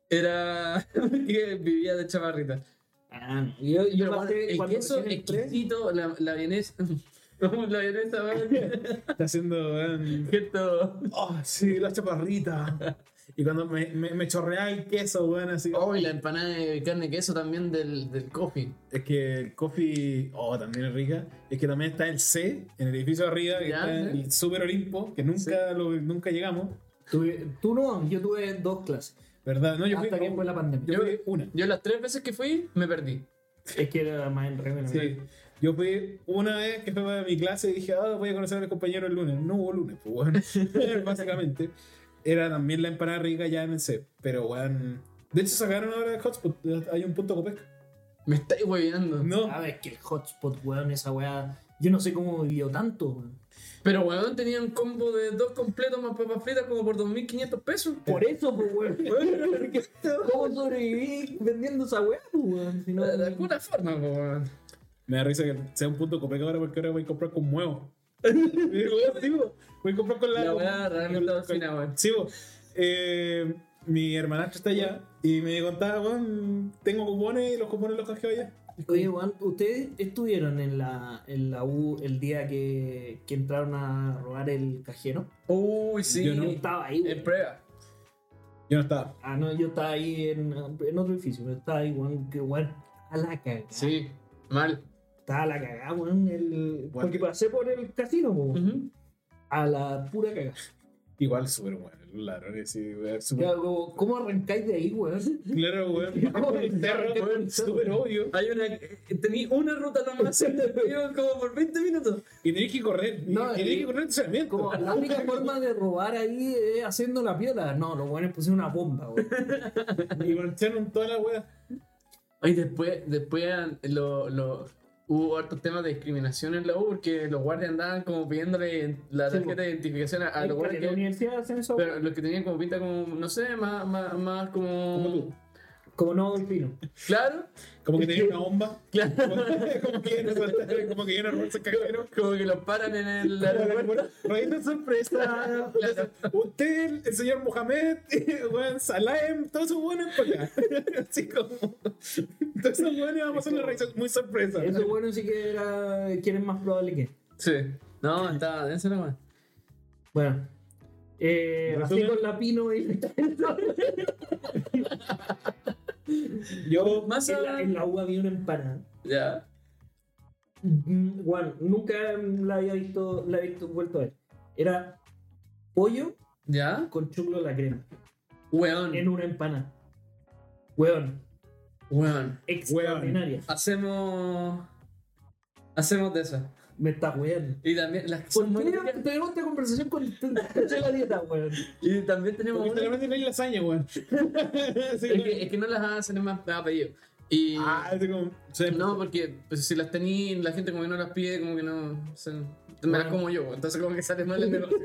D: Era que vivía de chaparrita.
B: Ah, no. Yo, yo
D: Pero cuando-
B: pasé-
D: el
B: cuando
D: queso
B: recién entré-
D: exquisito, la, la vienesa. la vienesa, weón.
C: Está haciendo, weón.
D: Esto-
C: Oh, sí, la chaparrita. Y cuando me, me, me chorreaba el queso, weón, así.
D: Oh, y la empanada de carne y queso también del, del coffee.
C: Es que el coffee, oh, también es rica. Es que también está el C, en el edificio de arriba, que
D: Ya,
C: está en
D: sí.
C: el Super Olimpo, que nunca, lo, nunca llegamos.
B: Tuve- tú no, yo tuve dos clases.
C: ¿Verdad? No, yo fui,
B: hasta que fue la pandemia.
C: yo fui una.
D: Yo las tres veces que fui, me perdí.
B: Es que era más en regla.
C: Sí. Yo fui una vez que fue para mi clase y dije, ah, voy a conocer a mis compañeros el lunes. No hubo lunes, pues, weón. Básicamente. Era también la empanada rica ya en el C, pero, weón. De hecho, sacaron ahora el hotspot. Hay un punto copec.
D: Me estáis hueveando.
C: No,
B: A ver, Ah, que el hotspot, weón, esa weá. Yo no sé cómo vivió tanto, weón.
D: Pero weón tenía un combo de dos completos más papas fritas como por 2.500 pesos.
B: Por eso, pues, weón. ¿Cómo sobreviví vendiendo esa weá, pues, weón? Si no-
D: De de alguna forma, po, weón.
C: Me da risa que sea un punto copec ahora porque ahora voy a comprar con huevo. Y, weón, sí, weón. voy a comprar con la.
D: La weá
C: con-
D: realmente
C: con-
D: alucina, weón.
C: Sí, bo. Eh, mi hermanastro está allá y me contaba, weón, tengo cupones y los cupones los canjeo allá.
B: Oye, Juan, ¿ustedes estuvieron en la, en la U el día que, que entraron a robar el cajero?
D: Uy, sí.
C: Yo no.
B: Yo estaba ahí,
D: En
B: weón.
D: prueba.
C: Yo no estaba.
B: Ah, no, yo estaba ahí en, en otro edificio, pero estaba ahí, weón, que weón, a la cagada.
D: Sí, mal.
B: Estaba a la cagada, weón. el- Porque
C: que-
B: pasé por el casino, weón. A la pura cagada.
C: Igual súper bueno, los ladrones, sí, weón, súper-
B: Ya, como, ¿Cómo arrancáis de ahí, weón?
C: Claro, weón.
B: ¿Cómo?
C: El cerro, weón, súper obvio.
D: Hay una. eh, Tení una ruta nomás y te llevo como por 20 minutos.
C: Y tenés que correr. y-
B: No,
C: y tenés
B: y-
C: que correr el
B: Como la única forma de robar ahí es haciendo la piola. No, los weones pusieron una bomba, weón.
C: Y marcharon toda la weá.
D: Oye, después, después eran lo, lo- hubo hartos temas de discriminación en la U porque los guardias andaban como pidiéndole la
B: Sí,
D: tarjeta de identificación a, a
B: Ay,
D: los
B: pero en la
D: guardias que.
B: universidad hacen eso.
D: Pero los que tenían como pinta como, no sé, más, más, más como.
C: Como tú.
B: Como no, Delfino.
D: Claro,
C: Como que tenía una bomba.
D: claro.
C: Como que iban a saltar, como que iban a robarse el cajero.
D: Como que los paran en el aeropuerto.
C: Reina sorpresa.
D: Claro.
C: Usted, el señor Mohamed, weón, Salaem, todos esos buenos para acá. Así como. Todos esos buenos vamos a hacer una reacción muy sorpresa.
B: Eso bueno sí que era. ¿Quién es más probable que?
D: Sí. No, estaba densa la weá.
B: Bueno. Eh, así
C: Resumen.
B: con la pino y
C: Yo.
D: Más
B: en, la, en la U había una empanada.
D: Ya.
B: Mm, Bueno, nunca mm, la había visto, la había visto vuelto a ver. Era pollo
D: Ya.
B: con choclo a la crema en
D: Weón.
B: una empanada. Weón,
D: Weón.
B: extraordinaria.
D: Hacemos. Hacemos de eso.
B: Me está weando.
D: Y también las que
B: ¿Por
D: son muy
B: qué
D: ricas.
B: tenemos esta conversación con de la dieta, weón?
D: Y también tenemos
C: Porque
D: una.
C: realmente no hay lasaña, weón. Así
D: Es que,
C: como-
D: es que no las hacen en más apellido. Y.
C: Ah, así como. se-
D: No, porque pues, si las tení, la gente como que no las pide, como que no. o sea, me las
B: Bueno.
D: como yo, entonces como que sale mal el negocio.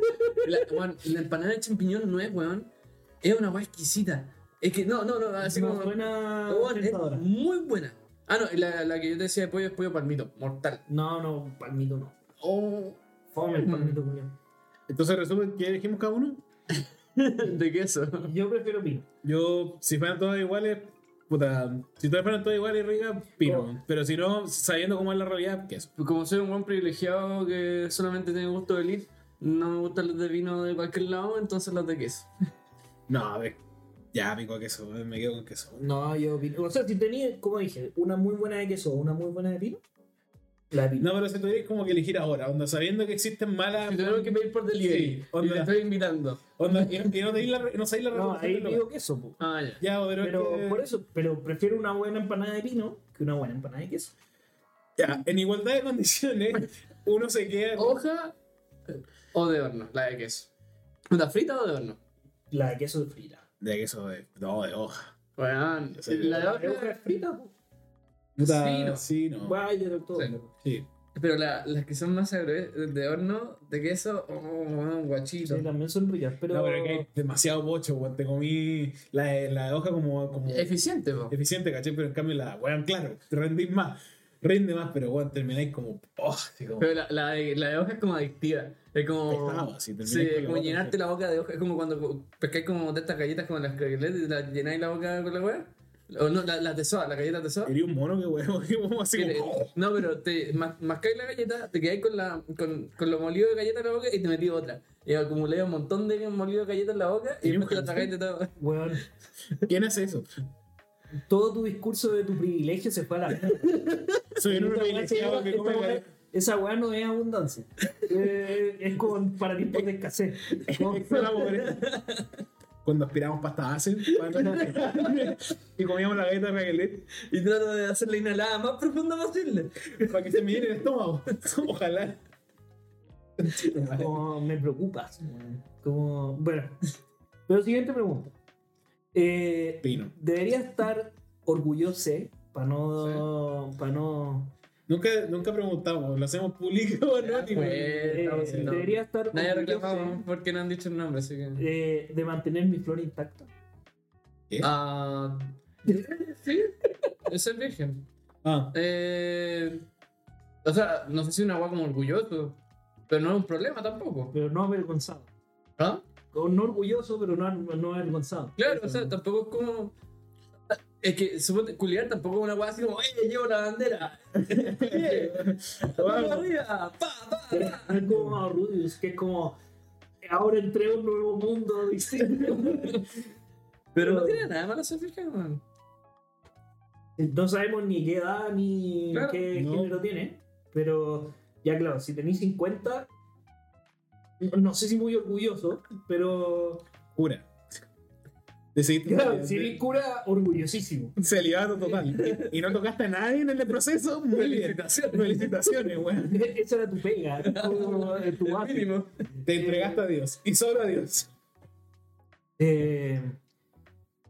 D: la, weón, la empanada de champiñón no es, weón. Es una weá exquisita. Es que no, no, no, así
B: No
D: como.
B: suena
D: Ah, weón, es
B: tentadora.
D: muy buena. Ah, no, y la, la que yo te decía de pollo es pollo palmito, mortal.
B: No, no, palmito no.
D: Oh,
B: Fome el
D: Mm.
B: palmito, culiao.
C: Entonces, resumen, ¿qué elegimos cada uno?
D: de queso.
B: Yo prefiero pino.
C: Yo, si fueran todas iguales. Puta, si todas fueran todas iguales, rica, pino. Pero si no, sabiendo cómo es la realidad, queso.
D: Pues Como soy un buen privilegiado que solamente tiene gusto de lit, no me gustan los de vino de cualquier lado, entonces los de queso.
C: No, a ver. Ya, pico de queso, eh, me quedo con queso.
B: No, yo opino. O sea, si tenía, como dije, una muy buena de queso, una muy buena de pino, la de pino.
C: No, pero si tuvierais como que elegir ahora, onda, sabiendo que existen malas.
D: Si tenemos que pedir por delivery,
C: Sí, onda.
D: y te estoy invitando.
C: Onda, y, y no, tenéis la, re- no sabéis la
B: No,
C: respuesta
B: ahí
C: del lugar.
B: digo queso, po.
D: Ah, ya.
C: Ya, pero. es
B: Pero
C: que-
B: por eso, pero prefiero una buena empanada de pino que una buena empanada de queso.
C: Ya, en igualdad de condiciones, uno se queda.
D: Oh.
C: con-
D: ¿Hoja eh, o de horno? La de queso. ¿Una frita o de horno?
B: La de queso es frita.
C: De queso de. No, de hoja.
D: Bueno,
C: Sí,
D: la de
B: La Ah. de hoja
D: horno.
B: es frita, po.
D: Sí, no.
C: Sí, no.
B: Vaya, doctor.
D: Sí.
C: Sí.
D: Pero la- las que son más agrue- de horno, de queso, oh, un guachito.
B: Sí, también son ricas, pero.
C: No, pero que hay demasiado bocho, weón. Te comí la de, la de hoja como, como
D: Eficiente, po.
C: eficiente, caché, pero en cambio la, weón, claro, te rendís más. Rinde más, pero weón, termináis como. Oh, así como.
D: Pero la, la de, la de hoja es como adictiva. Es
C: pesado,
D: como.
C: así, termináis
D: Sí,
C: con la
D: como
C: boca
D: llenarte
C: llena.
D: la boca de hoja. Es como cuando co- pescáis como de estas galletas como las craqueletas y las llenáis la boca con la hueá. O no, la- las de soda, las galletas de soda.
C: Quería un mono que weón, que weón, así
D: Que te-
C: como. oh.
D: no, pero te mas- mascáis la galleta, te quedáis con, la, con, con lo molido de galleta en la boca y te metí otra. Y acumuláis un montón de molido de galleta en la boca y
C: Y un
D: después te la tragáis de todo.
B: Weón,
C: oh, ¿Quién hace eso?
B: todo tu discurso de tu privilegio se fue a la mierda.
C: Soy el
B: Esta
C: único
B: weá se
C: privilegiado
B: llama-
C: que
B: esta
C: come.
B: weá-
C: galletas.
B: Esa weá no es abundancia. Eh, es con, para tiempos de escasez. No,
C: Fue la pobreza. Cuando aspiramos pasta hace y comíamos la galleta de Raquelet
D: Y trato de hacer la inhalada más profunda posible.
C: para que se me llene el estómago. Ojalá.
B: como me preocupas. weón. Como, bueno. Pero siguiente pregunta. Eh,
C: Pino.
B: debería estar orgulloso para no, para no.
C: Nunca, nunca preguntamos, lo hacemos público o anónimo.
D: Pues,
B: eh,
D: estamos haciendo-
B: debería estar
D: Nadie ha reclamado
B: orgulloso
D: porque no han dicho el nombre, así que.
B: eh, de mantener mi flora intacta.
D: Ah. sí, es el virgen.
C: Ah,
D: Eh, o sea, no sé si una agua como orgulloso, pero no es un problema tampoco.
B: Pero no avergonzado.
D: ¿Ah?
B: O no orgulloso, pero no, no avergonzado.
D: Claro, o sea, tampoco es como. Es que suponte, culiar tampoco es una agua así como, ¡eh, llevo la bandera! ¡Eh, vamos arriba! ¡Pa, pa!
B: Es como a Rubius, que es como. Ahora entré a un nuevo mundo distinto.
D: Pero no tiene nada de malo ser virgen, man.
B: No sabemos ni qué edad ni
D: Claro,
B: qué
C: no.
B: género tiene. Pero ya, claro, si tenéis 50. No, no sé si muy orgulloso, pero.
C: cura. Decidiste.
B: Claro, si eres cura, orgullosísimo.
C: Celibato total. Y, y no tocaste a nadie en el proceso. Muy bien.
D: Felicitaciones.
C: Felicitaciones, weón.
B: Esa era tu pega, tu, tu
D: El
B: base.
D: mínimo.
C: Te entregaste a Dios. Y solo a Dios.
B: Eh,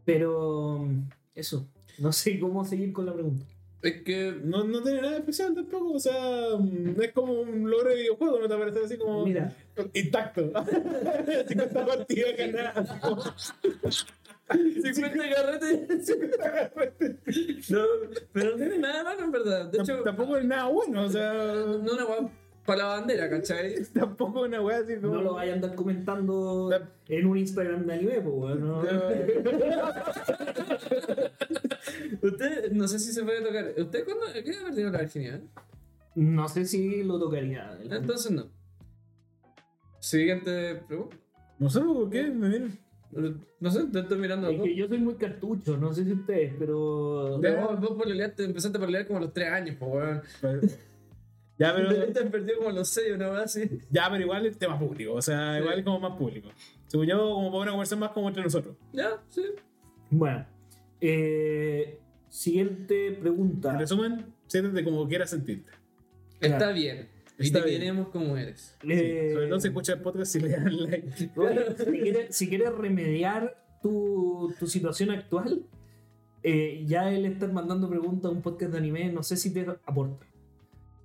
B: pero. Eso. No sé cómo seguir con la pregunta.
D: Es que.
C: No, no tiene nada especial tampoco, o sea, no es como un logro de videojuego, no te parece así como
B: Mira.
C: intacto. 50 partidas ganadas. como
D: 50 carretes.
C: 50 ganadas.
D: No, pero no tiene nada de malo, en verdad. De hecho,
C: Tamp- tampoco es nada bueno, o sea,
D: no una agua para la bandera, ¿cachai?
C: tampoco es una weá así como.
B: No lo vayan a andar comentando en un Instagram de anime, pues, weón, ¿no?
D: Usted, no sé si se puede tocar. ¿Usted cuándo? ¿A ¿Qué edad perdió la virginidad?
B: No sé si lo tocaría.
D: Entonces no. Siguiente pregunta.
C: No sé por qué, me miran.
D: No sé, te estoy mirando a
B: Es
D: vos.
B: que yo soy muy cartucho, no sé si ustedes, pero.
D: Pero Vos, vos pololeaste- empezaste a pelear como a los 3 años, pues weón.
C: Ya, pero,
D: Te perdió como a los 6, una vez así.
C: ya, pero igual es tema público, o sea,
D: Sí.
C: igual es como más público. Según yo, como para una conversación más como entre nosotros.
D: Ya, sí.
B: Bueno. eh, siguiente pregunta.
C: En resumen, siéntete como quieras sentirte.
D: Está
B: Claro.
D: bien. Y
C: Está
D: te
C: bien.
D: queremos como eres.
B: Eh,
C: Sobre todo si escuchas el podcast y le dan like.
B: Oye, si, quieres, si quieres remediar tu, tu situación actual, eh, ya él estar mandando preguntas a un podcast de anime, no sé si te aporta.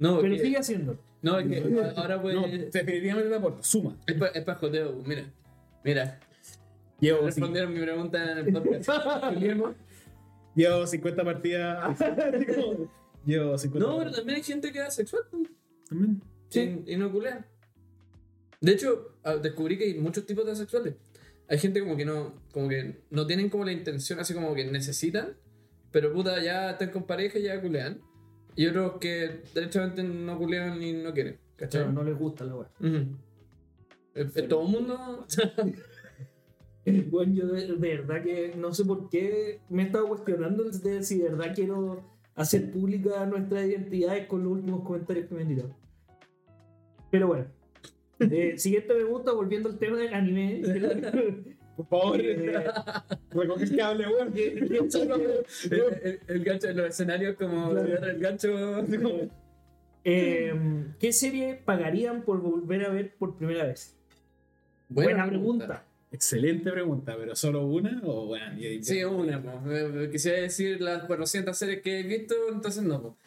D: No,
B: Pero
D: es que-
B: sigue haciendo.
D: no, es que ahora pues.
C: No, definitivamente te aporta, suma.
D: Es para joteo, mira. Mira,
C: Llevo, sí,
D: respondieron mi pregunta en el podcast. Guillermo.
C: llevo 50 partidas. llevo 50
D: No, pero
C: partidas.
D: también hay gente que es sexual ¿no?
C: También.
B: Sí.
D: y, y no culea. De hecho, ah, descubrí que hay muchos tipos de asexuales. Hay gente como que no, como que no tienen como la intención, así como que necesitan, pero puta, ya están con pareja y ya culean. Y otros que derechamente no culean y no quieren, ¿cachai?
B: Claro, no les gusta la weá.
D: Ujú. Eh, eh, Todo el mundo.
B: Bueno, yo de, de verdad que no sé por qué me he estado cuestionando de si de verdad quiero hacer pública nuestras identidades con los últimos comentarios que me han tirado. Pero bueno. Eh, siguiente pregunta, volviendo al tema del anime.
C: Por favor,
B: Eh,
C: recoge el cable, weón.
D: eh, El, el- el gancho, los escenarios como
B: Claro.
D: el gancho.
B: eh, ¿Qué serie pagarían por volver a ver por primera vez? Buena, pregunta.
C: Excelente pregunta, pero solo una o bueno, y-
D: Sí, una, po. Eh, Quisiera decir las 400 series que he visto, entonces no, po.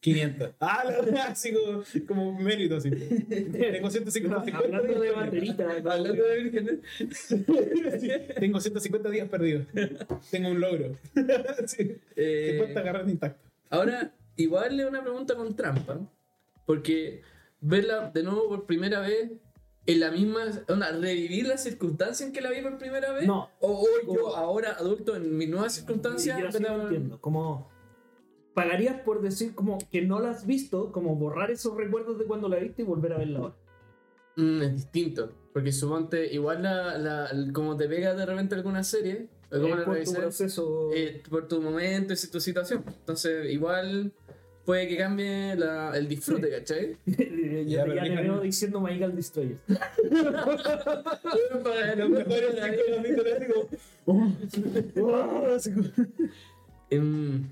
C: 500. Ah, la verdad, así como, como un mérito, así. Tengo 150,
B: Hablando de banderita,
D: Hablando de vírgenes.
C: tengo 150 días perdidos. Tengo un logro. Sí,
D: eh,
C: 50 garras intactas.
D: Ahora, igual es una pregunta con trampa, porque verla de nuevo por primera vez en la misma, onda, revivir las circunstancias en que la vi por primera vez,
B: No.
D: o hoy
B: Como-
D: yo ahora adulto en mis nuevas circunstancias,
B: Yo así
D: verla-
B: no entiendo, como pagarías por decir como que no la has visto, como borrar esos recuerdos de cuando la viste y volver a verla ahora.
D: Mm, es distinto, porque suponte igual la, la- el- como te pega de repente alguna serie, o como
B: Eh,
D: la
B: por tu
D: revisé,
B: proceso.
D: eh, por tu momento y si- tu situación, entonces igual puede que cambie la- el disfrute, ¿cachai?
B: ya
C: pero
B: ya le
C: déjame-
B: veo diciendo My Girl Destroyer. Oh,
D: Em,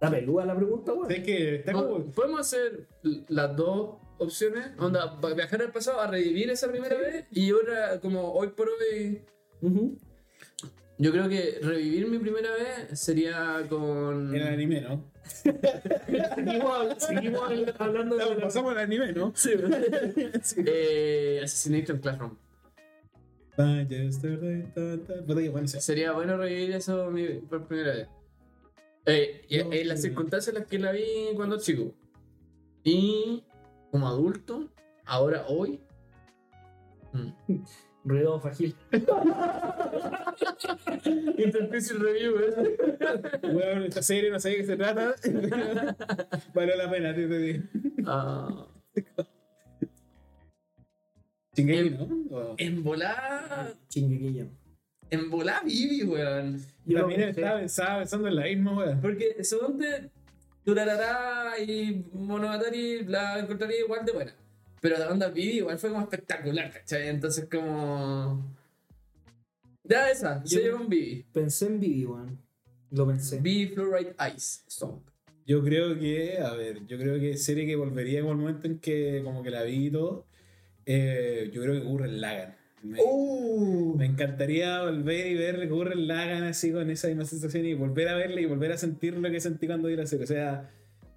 B: La peluda la pregunta, weón.
C: Es que está
D: No,
C: como.
D: Podemos hacer l- las dos opciones, onda, va- viajar al pasado a revivir esa primera vez y ahora como hoy por hoy,
B: Ujú.
D: yo creo que revivir mi primera vez sería con...
C: En el anime, ¿no?
B: Seguimos, habl- seguimos habl- hablando de
C: Claro,
B: la-
C: Pasamos al anime, ¿no? Sí.
D: Eh, Assassination Classroom.
C: Tan, yesterday, tan, tan. Puta que bueno, sí.
D: Sería bueno revivir eso mi- por primera vez. Eh, y-
C: No,
D: en las
C: sí.
D: circunstancias en las que la vi cuando chico. Y como adulto, ahora hoy, mm.
B: Ruido Fajil.
D: Interfícil Review, ¿eh?
C: Bueno, esta serie no sé de qué se trata. Valió la pena, te te digo.
D: Ah,
C: Shingeki, ¿no? O-
D: en volar,
B: Chinguequillo.
D: en volar Vivi, weón.
B: Yo lo
C: También
B: pensé.
C: estaba, estaba pensando en la misma, weón.
D: Porque suponte Durarara y Monogatari la encontraría igual de buena. Pero la onda Vivi igual fue como espectacular, ¿cachai? Entonces como... Ya esa, se
B: Yo-
D: lleva un Vivi.
B: Pensé en Vivi, weón. Lo pensé.
D: Vivi Fluoride Ice Song.
C: Yo creo que, a ver, yo creo que serie que volvería como el momento en que como que la vi y todo. eh, yo creo que Gurren Lagan. Me,
B: Oh.
C: me encantaría volver y ver Gurren Lagan así con esa misma sensación y volver a verla y volver a sentir lo que sentí cuando vi la serie. O sea,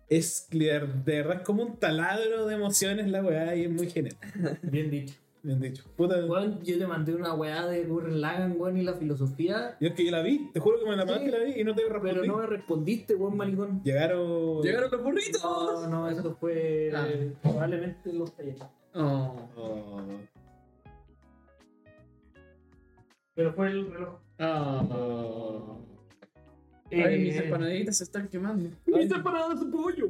C: es de de verdad es como un taladro de emociones la weá y es muy genial.
B: Bien dicho.
C: Bien dicho. Puta,
B: Weón, yo te mandé una weá de Gurren Lagan, weón, y la filosofía,
C: yo es que yo la vi, te juro que me la mandaste
B: Sí,
C: la vi y no te respondí.
B: pero no me respondiste, weón, maricón.
C: Llegaron.
D: Llegaron los burritos.
B: No, no, eso fue
D: Ah.
B: probablemente los talleres.
D: Oh.
C: Oh.
B: Pero fue el reloj.
D: Oh.
B: Eh,
D: Ay, mis empanaditas se están quemando.
B: mis empanadas de pollo.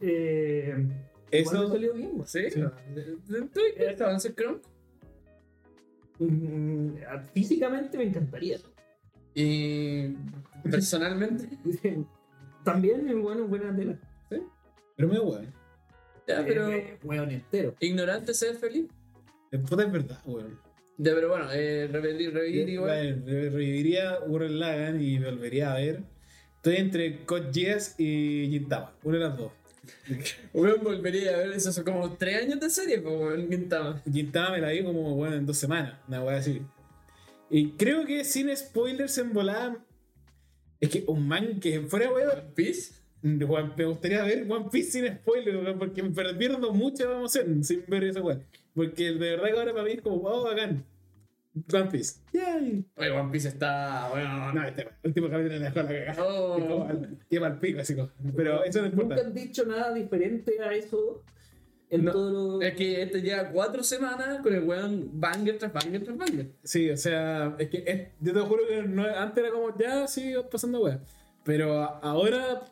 B: eh,
C: Eso-
B: igual me salió bien, güey.
D: ¿Sí?
C: Sí.
D: ¿Estoy estaban en Chrome?
B: Mm, Físicamente me encantaría.
D: Y personalmente.
B: También es bueno, buena tela.
C: Pero me da weón.
D: Ya, Ah, pero
B: Eh, weón entero.
D: ignorante ser feliz.
C: Puta, es verdad, weón.
D: Ya, pero bueno, eh, revivir, revivir
C: Yo,
D: igual.
C: bueno, re- reviviría Gurren Lagan y volvería a ver. Estoy entre Code Geass y Gintama, una de las dos.
D: Weón, volvería a ver eso, son como tres años de serie, como weón, Gintama.
C: Gintama me la vi como bueno en dos semanas, una weá así. Y creo que sin spoilers en volada. Es que un man que fuera weón.
D: ¿Peace?
C: weón, Me gustaría ver One Piece sin spoilers, weón, porque me per- pierdo mucha emoción sin ver esa weá. Porque de verdad que ahora para mí es como, oh, bacán. One Piece. Yay.
D: Oye, One Piece está, weón.
C: No, este último capítulo me dejó la cagada.
D: Oh.
C: Lleva al pico, así como. Pero eso no
B: Nunca
C: importa.
B: han dicho nada diferente a eso en
D: No,
B: todo lo.
D: Es que este lleva cuatro semanas con el weón banger tras banger tras banger.
C: Sí, o sea, es que es- yo te juro que no- antes era como, ya, sí, pasando weá. Pero a- ahora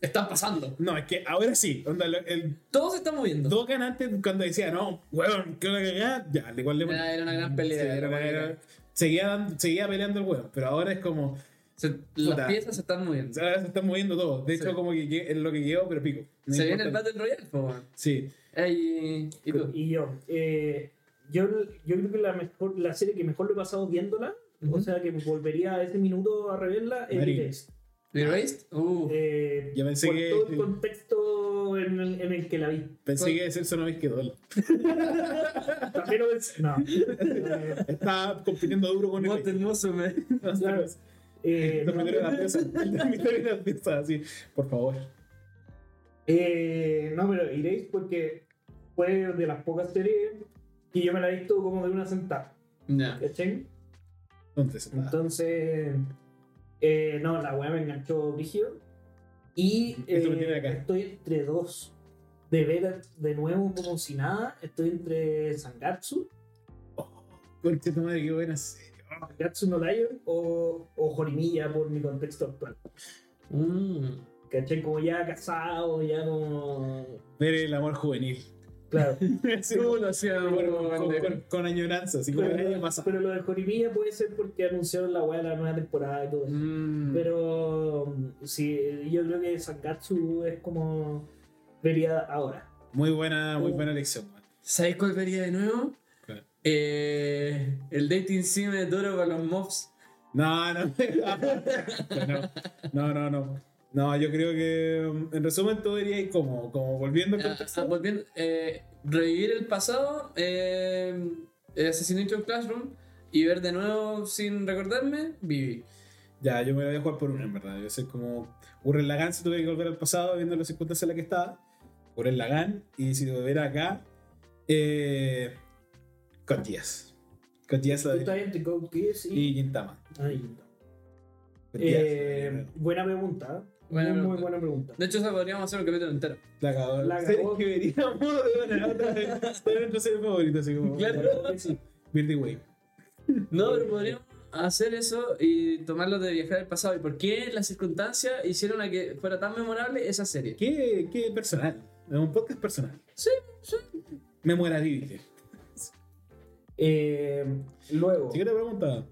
F: Están pasando.
C: No, es que ahora sí. Onda, lo- el
D: Todo se está moviendo.
C: Dogan antes, cuando decía, no, weón, que la cagada, ya, le igual le
F: Era, era una gran Ah, pelea.
C: Sí,
F: era
C: era-
F: buena.
C: era- seguía, dando- seguía peleando el weón, pero ahora es como.
F: Se-
C: Puta.
F: las piezas se están moviendo.
C: Ahora se están moviendo todos. De hecho, como que que es lo que quedó, pero pico. No
F: se
C: importa.
F: viene el Battle Royale,
D: pues,
F: po, weón.
C: Sí.
F: Ey, ¿Y tú?
B: Y yo, eh, yo, yo creo que la, mejor, la serie que mejor lo he pasado viéndola, o sea que volvería a ese minuto a reverla, es
C: Marín.
B: Erased.
F: ¿The Erased? Uh,
B: Eh,
C: Ya pensé
B: por
C: que-
B: todo el contexto en el, en el que la vi.
C: Pensé
F: ¿Cuál?
C: que decir eso no habéis quedado.
B: También lo pensé- No. Eh,
C: Estaba compitiendo duro con
D: Monte
C: el.
D: hermoso, me.
B: claro. Eh,
C: Los
B: no.
C: metieron a la pieza. Los metieron a la pieza, así. Por favor.
B: Eh, no, pero iréis porque fue de las pocas series que yo me la he visto como de una sentada.
F: ya.
B: ¿Cachai?
C: ¿Dónde se está?
B: Entonces, eh, no, la weá me enganchó brígido. Y
C: Esto lo
B: eh,
C: tiene acá.
B: estoy entre dos. De ver de nuevo como si nada, estoy entre Sangatsu,
C: Concha tu madre, qué buena serie.
B: Sangatsu no Lion o, o Jorimilla por mi contexto actual.
F: Mm.
B: ¿Cachai? Como ya casado, ya como...
C: Ver el amor juvenil.
B: Claro.
C: Así
F: ¿Cómo
C: como-
F: lo hacía
C: con,
F: como
C: con-
F: pendejo?
C: con- con añoranza, así como el año
B: Pero,
C: pasado.
B: pero lo de Jorimilla puede ser porque anunciaron la weá de la nueva temporada y todo eso.
F: Mm.
B: Pero mm, sí, yo creo que Sangatsu es como vería ahora.
C: Muy buena, muy buena elección. man.
D: ¿Sabéis cuál vería de nuevo?
C: Claro.
D: Eh, el dating sim es duro para los mobs.
C: No, no, no, no, no, no. No, yo creo que mm, en resumen todo iría ahí como, como volviendo al
D: Ah,
C: contexto.
D: ah, volviendo, eh, revivir el pasado, eh, Assassination Classroom y ver de nuevo sin recordarme, Vivi.
C: Ya, yo me la voy a jugar por una, en verdad. Yo sé como Urren Lagan si tuve que volver al pasado viendo las circunstancias en las que estaba. Urren Lagan. Y si volviera acá, eh, Cod Díaz. Cod Díaz la
B: Tú
C: de-
B: estás entre Code Geass y...
C: y Quintama.
B: Ay, no.
C: Cod Díaz,
B: Eh,
C: la de-
B: buena pregunta. ¿eh?
D: Buena
B: muy, muy
D: pregunta.
B: buena pregunta.
D: De hecho, eso podríamos hacer un capítulo entero.
C: La cagó.
B: La
C: Series
B: cagó.
C: que veríamos de una a otra. Esta era nuestra serie favorita, así como.
B: La verdad que sí.
C: Birdy Way.
D: No, pero podríamos hacer eso y tomarlo de viajar al pasado. ¿Y por qué las circunstancias hicieron a que fuera tan memorable esa serie?
C: Qué, qué personal. Es un podcast personal.
D: Sí, sí.
C: Memorabilite.
B: Eh, luego,
C: Siguiente pregunta.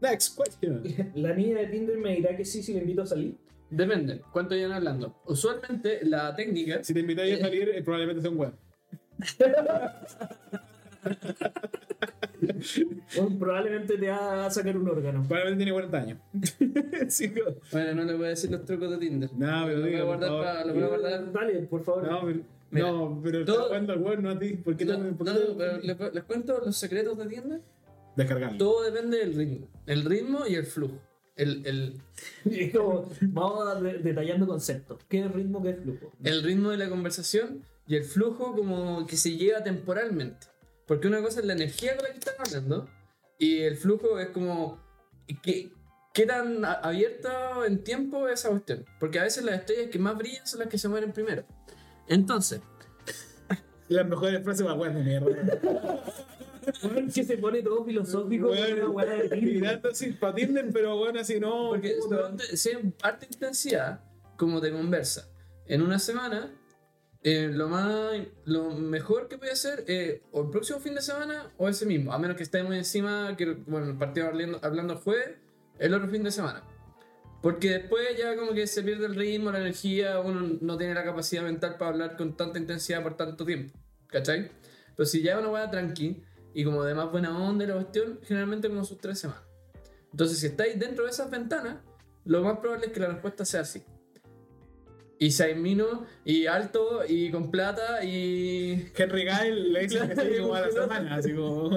C: Next question.
B: la niña de Tinder me dirá que sí si le invito a salir.
D: Depende, ¿cuánto llevan hablando? Usualmente la técnica
C: Si te invitáis a salir, eh, probablemente sea un web.
B: Bueno, probablemente te va a sacar un órgano.
C: Probablemente tiene 40 años. sí, no.
D: Bueno, no le voy a decir los trucos de Tinder.
C: No, pero
D: lo voy a
C: diga, por
D: guardar
C: favor.
D: para. Lo voy a guardar.
B: Dale, por favor.
C: No, pero,
D: Mira,
C: no, pero
D: todo-
C: está jugando al web, no a ti. ¿Por qué
D: No,
C: no, me por qué
D: no,
C: no-
D: pero ¿les, les cuento los secretos de Tinder?
C: Descargarlo.
D: Todo depende del ritmo. El ritmo y el flujo. El, el,
B: Es como, vamos a de- detallando conceptos. ¿Qué ritmo, qué flujo?
D: el ritmo de la conversación y el flujo como que se lleva temporalmente. Porque una cosa es la energía con la que están hablando y el flujo es como qué, qué tan a- abierto en tiempo es esa cuestión. Porque a veces las estrellas que más brillan son las que se mueren primero. Entonces,
C: Las mejores frases más buenas de mierda.
B: Weón, que se pone todo filosófico con una weá de Tinder.
C: Mirando así para Tinder, pero bueno, así no.
D: Porque
C: puta.
D: durante- si hay harta intensidad, como te conversa, en una semana, eh, lo, más, lo mejor que puede hacer eh, o el próximo fin de semana o ese mismo, a menos que esté muy encima, que bueno, el partido hablando, hablando el jueves, el otro fin de semana. Porque después ya como que se pierde el ritmo, la energía, uno no tiene la capacidad mental para hablar con tanta intensidad por tanto tiempo, ¿cachai? Pero si ya es una hueá tranqui y como de más buena onda y la cuestión, generalmente como sus tres semanas. Entonces, si estáis dentro de esas ventanas, lo más probable es que la respuesta sea así. Y si hay mino, y alto, y con plata, y.
C: Henry Gail le dice así como a la semana, así como.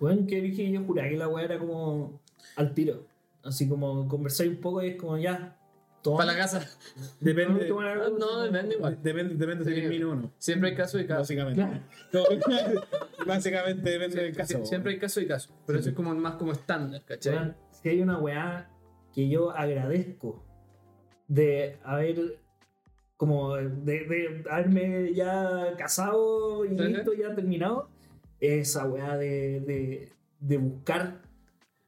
B: Weón, que dije yo juraba que la weá era como al tiro. Así como conversar un poco y es como ya. Toma,
D: Para la casa.
B: Toma,
C: Depende.
B: toma la-
D: Ah, No, depende igual.
C: Depende, depende si
D: Sí.
C: eres mino o no.
D: Siempre hay caso y caso.
C: Básicamente. Básicamente depende del caso.
D: Sie- Siempre hay caso y caso. Pero eso es como el más como estándar, ¿cachai?
B: Weón, si hay una weá que yo agradezco de haber como de, de haberme ya casado y
D: Sí, sí.
B: listo, ya terminado, esa weá de, de, de buscar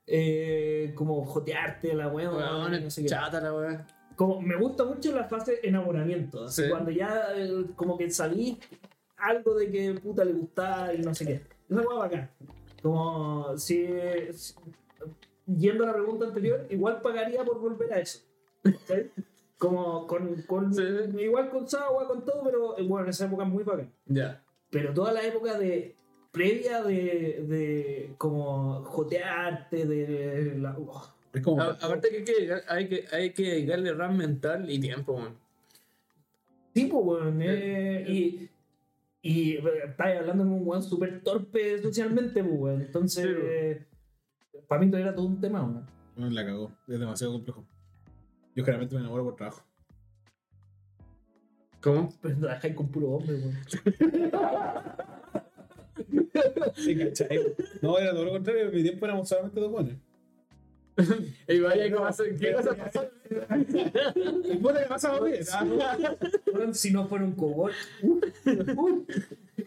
B: eh, como jotearte la weá,
D: Weón,
B: no sé qué.
D: chata la weá.
B: como me gusta mucho la fase enamoramiento, así
D: Sí.
B: cuando ya eh, como que salí algo de que puta le gustaba y no sé qué. Esa hueá bacán. Como si, si- yendo a la pregunta anterior, igual pagaría por volver a eso. ¿cachai? Como con, con
D: Sí.
B: igual con Sawa, con todo, pero eh, bueno, en esa época es muy bacán.
D: Ya.
B: Pero toda la época de previa de, de como jotearte, de la, oh,
C: Es como.
D: A- aparte que hay que, dedicar- hay que hay que dedicarle RAM mental y tiempo, weón.
B: tipo, weón. eh, y y eh, estáis hablando con un weón súper torpe socialmente, pues, weón. Entonces,
D: Sí, weón.
B: para mí todo era todo un tema, weón.
C: No, la cagó. Es demasiado complejo. Yo generalmente me enamoro por trabajo.
D: ¿Cómo?
B: Pero trabajáis con puro hombre, weón.
C: Sí, ¿cachai? No, era todo lo contrario. En mi tiempo éramos solamente dos buenos.
D: Y vaya, ¿cómo hacen? ¿Qué cosa pasó?
C: ¿Y vos te pasa a mí?
B: Weón, si no fuera un uh, cobol.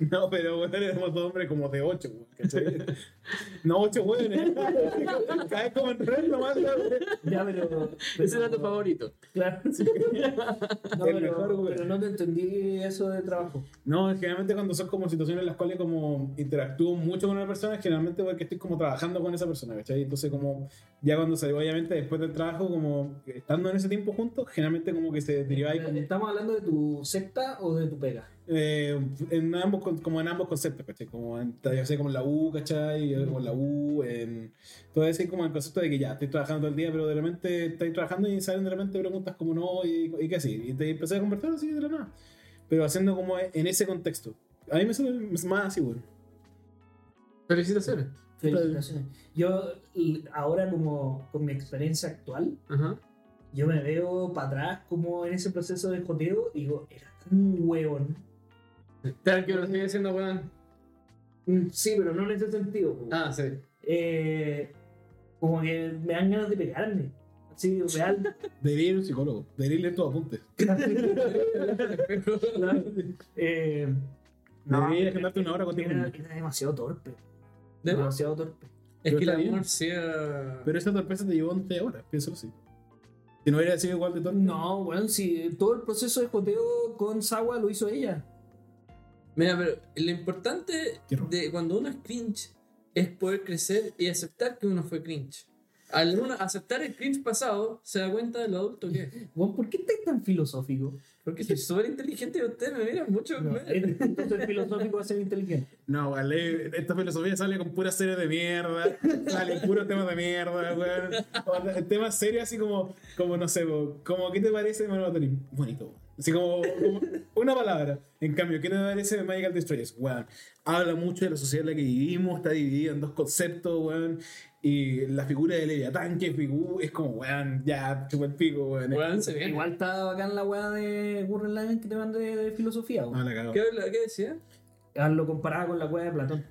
C: No, pero bueno, éramos dos hombres como de ocho, weón, ¿cachai? No, ocho hueones. Caes como en red nomás, weón.
B: Ya, pero.
D: Ese era tu favorito.
B: Claro. No,
C: El
B: pero,
C: mejor, weón.
B: pero no te entendí eso de trabajo.
C: No, generalmente cuando son como situaciones en las cuales como interactúo mucho con una persona, generalmente porque estoy como trabajando con esa persona, ¿cachai? Entonces como ya cuando se obviamente después del trabajo, como estando en ese tiempo juntos, generalmente como que se deriva ahí como,
B: Eh, ¿Estamos hablando de tu secta o de tu pega?
C: eh, en ambos, con- como en ambos conceptos, ¿cachai? Como en, ya sé, como en la U, ¿cachai? Yo Con la U, en... Todo ese como el concepto de que ya estoy trabajando todo el día, pero de repente estáis trabajando y salen de repente preguntas como no y, y qué así. Y te empecé a conversar así de la nada. Pero haciendo como en ese contexto. A mí me suena más así, bueno.
D: Felicitaciones.
B: Felicitaciones. Yo l- ahora como con mi experiencia actual,
D: Ajá.
B: yo me veo para atrás como en ese proceso de joteo y digo, era un hueón.
D: Tal que lo estoy diciendo, weón.
B: Mm, Sí, pero no en ese sentido. po.
D: Ah, sí.
B: Eh, como que me dan ganas de pegarme. Así, real.
C: Debería ir a un psicólogo. Debería leer tus apuntes.
B: Eh, no,
C: Deberías
B: era,
C: quedarte una hora contigo
B: era
C: mismo.
B: demasiado torpe.
D: ¿De más?
B: Demasiado torpe.
D: Es
C: Pero
D: que el
C: está bien.
D: amor sea.
C: Pero esa torpeza te llevó 11 horas, pienso así. Si no hubiera sido igual de torpe.
B: No, bueno, si todo el proceso de joteo con Sawa lo hizo ella.
D: Mira, pero lo importante
C: Qué raro.
D: de cuando uno es cringe es poder crecer y aceptar que uno fue cringe. Al uno aceptar el cringe pasado, se da cuenta de lo adulto que es.
B: Bueno, ¿por qué estás tan filosófico?
D: Porque soy súper inteligente y ustedes me miran mucho.
B: No,
D: me-
B: entonces el este filosófico va a ser inteligente.
C: No, vale. Esta filosofía sale con puras series de mierda. Sale puros temas de mierda, weón. O Temas serios así como, como no sé, po, como ¿qué te parece Monopoly? Bonito. Así como, como una palabra. En cambio, ¿qué te parece Magical Destroyers? Weón. Habla mucho de la sociedad en la que vivimos, está dividida en dos conceptos, weón. Y la figura de Leviatán, que es figu- es como, weón, ya, chupa el pico, weón.
D: Weón, se viene.
B: Igual está bacán la weá de Gurren Lagann que te mandé de, de filosofía.
C: No,
B: weón.
C: la cagó.
D: ¿Qué, habla- qué decía?
B: Ah, Lo comparaba con la weá de Platón.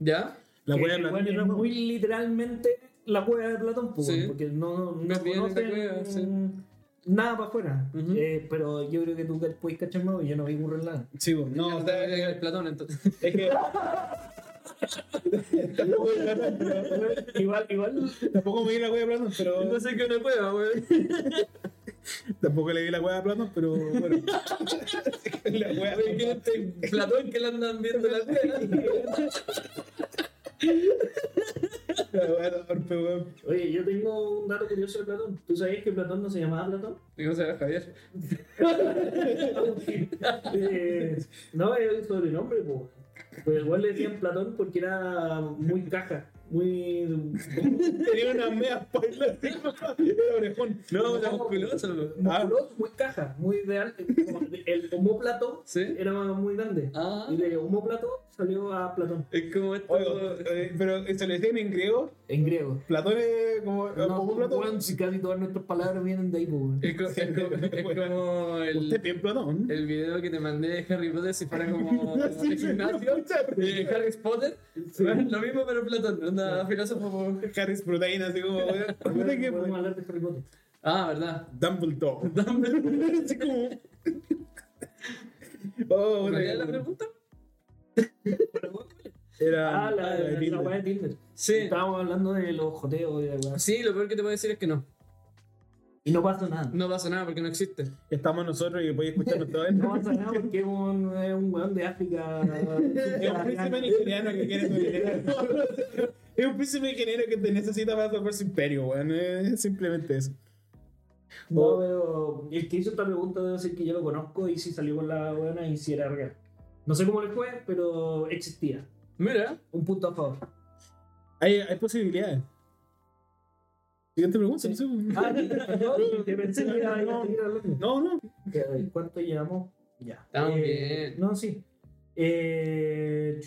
D: ¿Ya?
C: La
B: Que,
C: voy a hablar.
B: bueno, es muy literalmente la cueva de Platón, pues,
D: Sí.
B: weón, porque no, no
D: Más bien
B: conocen, mm,
D: la cueva, sí.
B: nada para afuera.
D: Ujú.
B: Eh, pero yo creo que tú puedes cachar más, yo no vi Gurren Lagann.
C: Sí, po,
D: Ya,
C: no,
D: está- era el Platón, entonces.
C: es que. Tampoco voy a hablar, pero-
B: igual, igual,
C: Tampoco me di la hueá de Platón, pero.
D: Entonces, ¿qué una cueva, weón?
C: Tampoco le di la hueá de Platón, pero bueno. la hueá
D: Oye, ¿quién es este Platón que le andan viendo la cueva?
C: la hueá de torpe, weón.
B: Oye, yo tengo un dato curioso de Platón. ¿Tú sabías que Platón no se llamaba Platón?
D: Digo, se ve Javier.
B: Eh, no, era el sobrenombre, po. Pues igual le decían Platón porque era muy caja, muy...
C: Tenía una media espalda así, era orejón.
D: No, era musculoso, weón.
C: Ah.
B: musculoso, muy caja, muy de alto. como El homóplato
D: ¿Sí?
B: era muy grande.
D: Ah.
B: Y de homóplato salió a Platón.
D: Es como esto.
C: Oigo, eh, pero se le decían en griego,
B: En griego.
C: Platón es como. como Platón.
B: si casi todas nuestras palabras vienen de ahí, po.
D: Es, co- es co- es como
C: Usted
D: el,
C: bien Platón.
D: el video que te mandé de Harry Potter si fuera como
C: Sí,
D: de
C: sí,
D: gimnasio.
C: mucha
D: de Harry Potter, lo mismo pero Platón, una filósofo.
C: Harris Protein, así como. weón. Puta que-
B: Podemos hablar de Harry Potter.
D: Ah, verdad.
C: Dumbledore. Dumbledore. Así como. Oh,
D: ¿Me
C: puta
D: olvidé la
C: que-
D: pregunta?
C: Era.
B: Ah, la,
C: era
B: la,
C: de Tinder.
B: weá de Tinder.
D: Sí.
B: Estábamos hablando de los joteos y de weá.
D: Sí, lo peor que te puedo decir es que no.
B: Y no pasa nada.
F: No pasa nada porque no existe.
C: Estamos nosotros y podéis escucharnos todos.
B: No pasa nada porque es un, es un weón de África.
C: Es un príncipe nigeriano que quiere tu dinero. Es un príncipe nigeriano que te necesita para salvar su imperio, weón. Es simplemente eso.
B: No, pero el que hizo esta pregunta debe ser que yo lo conozco y si salió con la buena y si era real. No sé cómo le fue, pero existía.
F: Mira,
B: Un punto a favor.
C: Hay, hay posibilidades. Siguiente pregunta, no sé.
B: Ah, no, que pensé que iba a ir a seguir hablando.
C: No, no.
B: Ok, a ver, ¿Cuánto llevamos? Ya.
F: Estamos
B: Eh,
F: bien.
B: No, sí. Eh,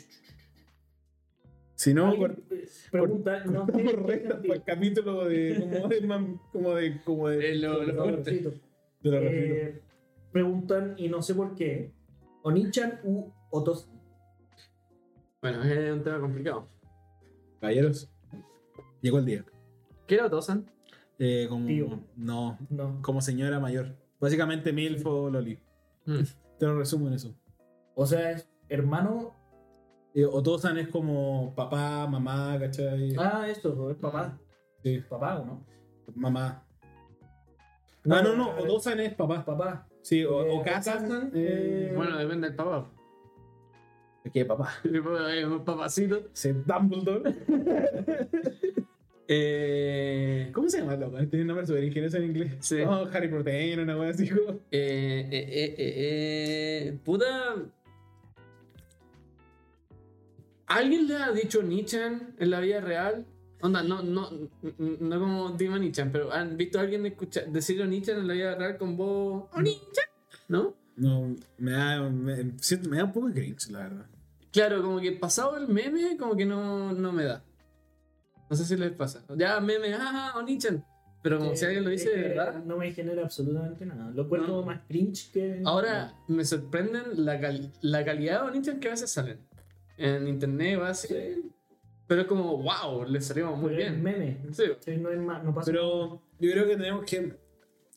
C: Si no,
B: alguien,
C: cort-
B: eh, pregunta, no sé.
C: cortamos rectas para el capítulo de. Como de. mam- Como de. Como de.
F: eh, lo, lo corte.
B: Cortito.
C: de la repito.
B: Eh, preguntan, y no sé por qué, Onichan u Otos.
D: Bueno, es un tema complicado.
C: Caballeros. Llegó el día.
D: ¿Qué era Otosan?
C: Eh, como.
B: Tío.
C: No.
B: No.
C: Como señora mayor. Básicamente MILF o Loli.
D: Mm.
C: Te lo resumo en eso.
B: O sea, es hermano.
C: Eh, Otosan es como papá, mamá, ¿cachai?
B: Ah, esto, es papá.
C: Sí.
B: Papá o no?
C: Mamá. Ah, no, no, Otosan es papá.
B: Papá.
C: Sí, o, o
B: Eh,
C: Kazan,
B: Kazan,
C: eh,
B: eh,
D: Bueno, depende del papá.
C: ¿Qué papá?
D: Es un papacito.
C: Sí, Dumbledore.
D: Eh,
C: ¿Cómo se llama la weá? Tiene nombre sobre ingenieros en inglés.
D: Sí.
C: Oh, Harry Potter, una weá así. como-
D: eh, eh, eh, eh, eh, puta. ¿Alguien le ha dicho Nichan en la vida real? Onda, no, no, n- n- no como Dima Nichan, pero ¿han visto a alguien escuchar, decirle Nichan en la vida real con voz Onichan? ¿No?
C: No, me da, me, siento- me da un poco de cringe, la verdad.
D: Claro, como que pasado el meme, como que no, no me da. No sé si les pasa. Ya meme, ah, Onichan. Pero como si alguien lo dice
B: Es
D: de
B: que
D: verdad.
B: Eh, No me genera absolutamente nada. Lo cuento
D: No.
B: más cringe que.
D: Ahora me sorprenden la, cal- la calidad de Onichan que a veces salen. En internet va así. Pero es como, wow, le salió muy
B: Pero es
D: bien.
B: Pues, meme.
D: Sí.
B: Sí, no es más, no pasa
C: Pero yo creo que tenemos que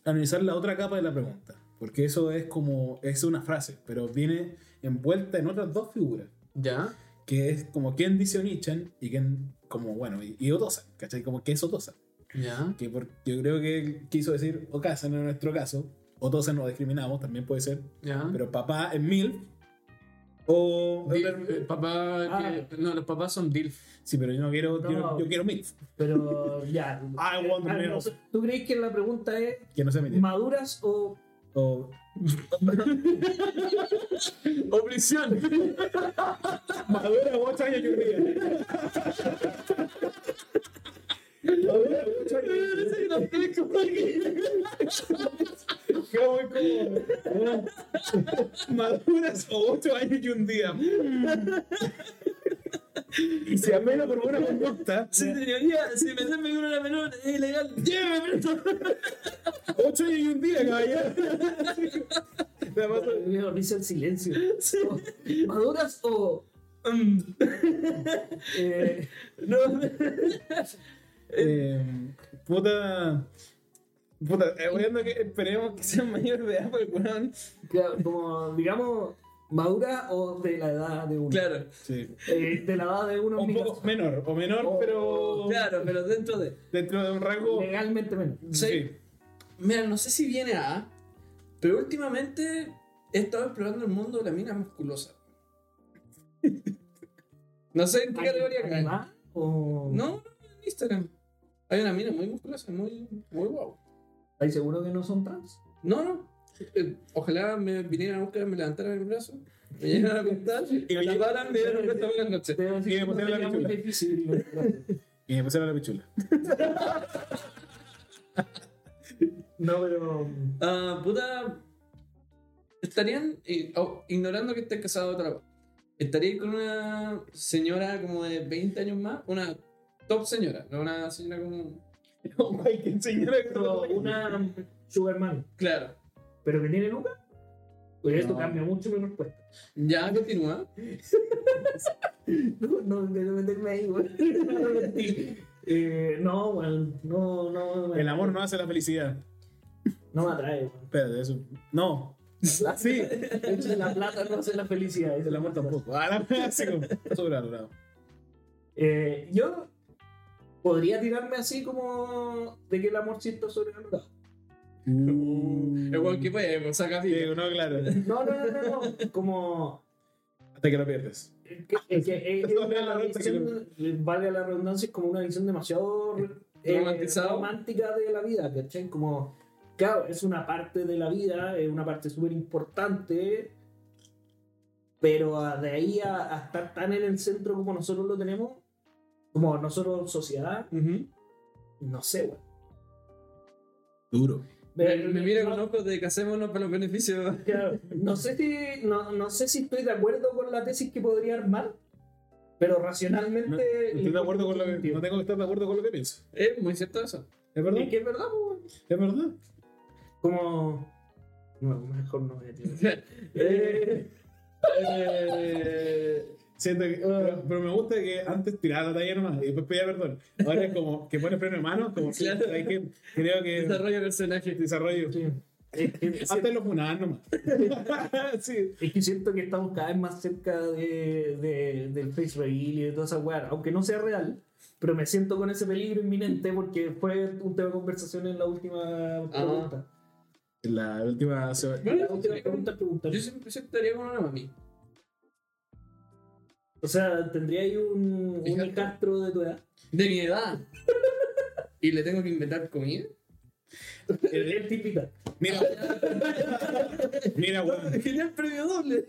C: analizar la otra capa de la pregunta. Porque eso es como. Es una frase, pero viene envuelta en otras dos figuras.
D: Ya.
C: Que es como quién dice Onichan y quién. Como bueno, y, y Otosan, ¿cachai? Como qué es Otosan.
D: Ya.
C: Que por- yo creo que él quiso decir Okasan en nuestro caso. Otosan no discriminamos, también puede ser.
D: Ya.
C: Pero papá es MILF. O.
D: Dil- eh, papá
B: Ah.
D: que- No, los papás son DILF.
C: Sí, pero yo no quiero.
B: No.
C: Yo, yo quiero MILF.
B: Pero ya.
C: I want
B: Ah, no,
C: milk.
B: ¿Tú crees que la pregunta es
C: Que no sea mi tío.
B: maduras o
C: O
D: ¡O prisión!
C: Madura 8 años y un día. Madura 8 años y un día. Como, como, bueno, Maduras 8 años y un día. Y si amena por buena conducta,
D: Sí, señoría, si me hacen con una menor es ilegal. ¡Lléveme preso!
C: 8 años y un día, caballero. Nada más,
B: Me eh, dice el silencio. O- ¿Maduras o.?
D: Mm,
B: eh,
D: No.
C: eh, puta. Puta, eh, weando que esperemos que sean mayores de edad, porque weón.
B: claro, como, digamos, madura o de la edad de uno.
D: Claro,
C: Sí.
B: Eh, de la edad de uno, en
C: un
B: mi
C: poco
B: caso.
C: menor, o Oh, menor,
B: O-
C: pero
D: claro, pero dentro de.
C: dentro de un rango.
B: legalmente menos.
D: Sí. Mira, no sé si viene a. Pero últimamente he estado explorando el mundo de la mina musculosa. No sé en qué categoría cae. No,
B: ¿Animal o.?
D: no, en Instagram. Hay una mina muy musculosa, muy, muy guau.
B: ¿Estás seguro que no son trans?
D: No, no. Eh, Ojalá me vinieran a buscar, me levantaran el brazo, me llegaran a contar y me llevaran, me dieran cuenta por la noche.
B: Debe
C: Sí,
B: ser que no
C: pues, era la
B: sería muy
C: pichula.
B: difícil. ¿no?
C: Y me pusieron la pichula.
B: No, pero.
D: Ah, puta. Estarían, eh, oh, ignorando que estés casado otra vez, estaría con una señora como de 20 años más, una top señora, no una señora como.
C: Oh, Hay que enseñar
B: pero Una Superman,
D: Claro.
B: pero que tiene Lucas. Pues esto
C: No.
B: cambia mucho mi respuesta.
D: Ya continúa.
B: No, no, de meterme ahí, güey. No, mentí. Eh, no, weón, no, no. no.
C: El amor no hace la felicidad.
B: No me atrae, weón.
C: Espérate, eso. No. Sí,
B: La plata no hace la felicidad.
C: el amor tampoco. A la wea, así como. Sobrevalorado.
B: Eh, yo podría tirarme así como de que el amor siento sobrevalorado.
C: Uh. Mm.
D: El weón que puede, pues, saca pico.
C: Digo, no, claro.
B: No, no, no, no, no. Como.
C: Hasta que lo pierdes.
B: es que- es que- es- es
C: Valga la
B: una visión- Valga la redundancia, es como una visión demasiado eh,
D: Romantizado.
B: romántica de la vida, ¿cachai? Como, claro, es una parte de la vida, es una parte súper importante, pero a- de ahí a, a estar tan en el centro como nosotros lo tenemos, como nosotros sociedad, no sé, güey.
C: Duro.
D: Me,
B: Pero-
D: me mira con
B: no-
D: ojos de que hacémonos para los beneficios.
B: Claro, no sé si no, no sé si estoy de acuerdo con la tesis que podría armar, pero racionalmente
C: No, Estoy de
B: le
C: acuerdo con lo que,
B: encuentro
C: no tengo que estar de acuerdo con lo que pienso.
D: Es muy cierto eso.
B: sentido.
C: ¿Es verdad?
B: Es que es verdad, po,
C: ¿Es verdad?
B: como no, mejor no voy a tirar.
D: Eh, eh,
C: Siento que, pero, pero me gusta que antes tiraba la talla nomás y después pedía perdón. Ahora es como que pone freno de mano, como que,
D: Claro.
C: ¿sabes qué? creo que
D: desarrollo de personaje.
C: desarrollo.
B: Sí. Es, es-
C: Antes lo funaban nomás. sí.
B: es que siento que estamos cada vez más cerca de, de- del face reveal y de toda esa weá, aunque no sea real, pero me siento con ese peligro inminente porque fue un tema de conversación en la
D: Ah.
B: última pregunta.
C: En la última.
D: Bueno,
B: La última pregunta preguntaron.
D: Yo siempre estaría con una mami.
B: O sea, ¿tendría ahí un, un
D: Fíjate.
B: Nicastro de tu edad?
D: De mi edad. ¿Y le tengo que inventar comida?
B: El, el tipita.
C: Eh, Mira, mira, weón.
D: Genial premio doble.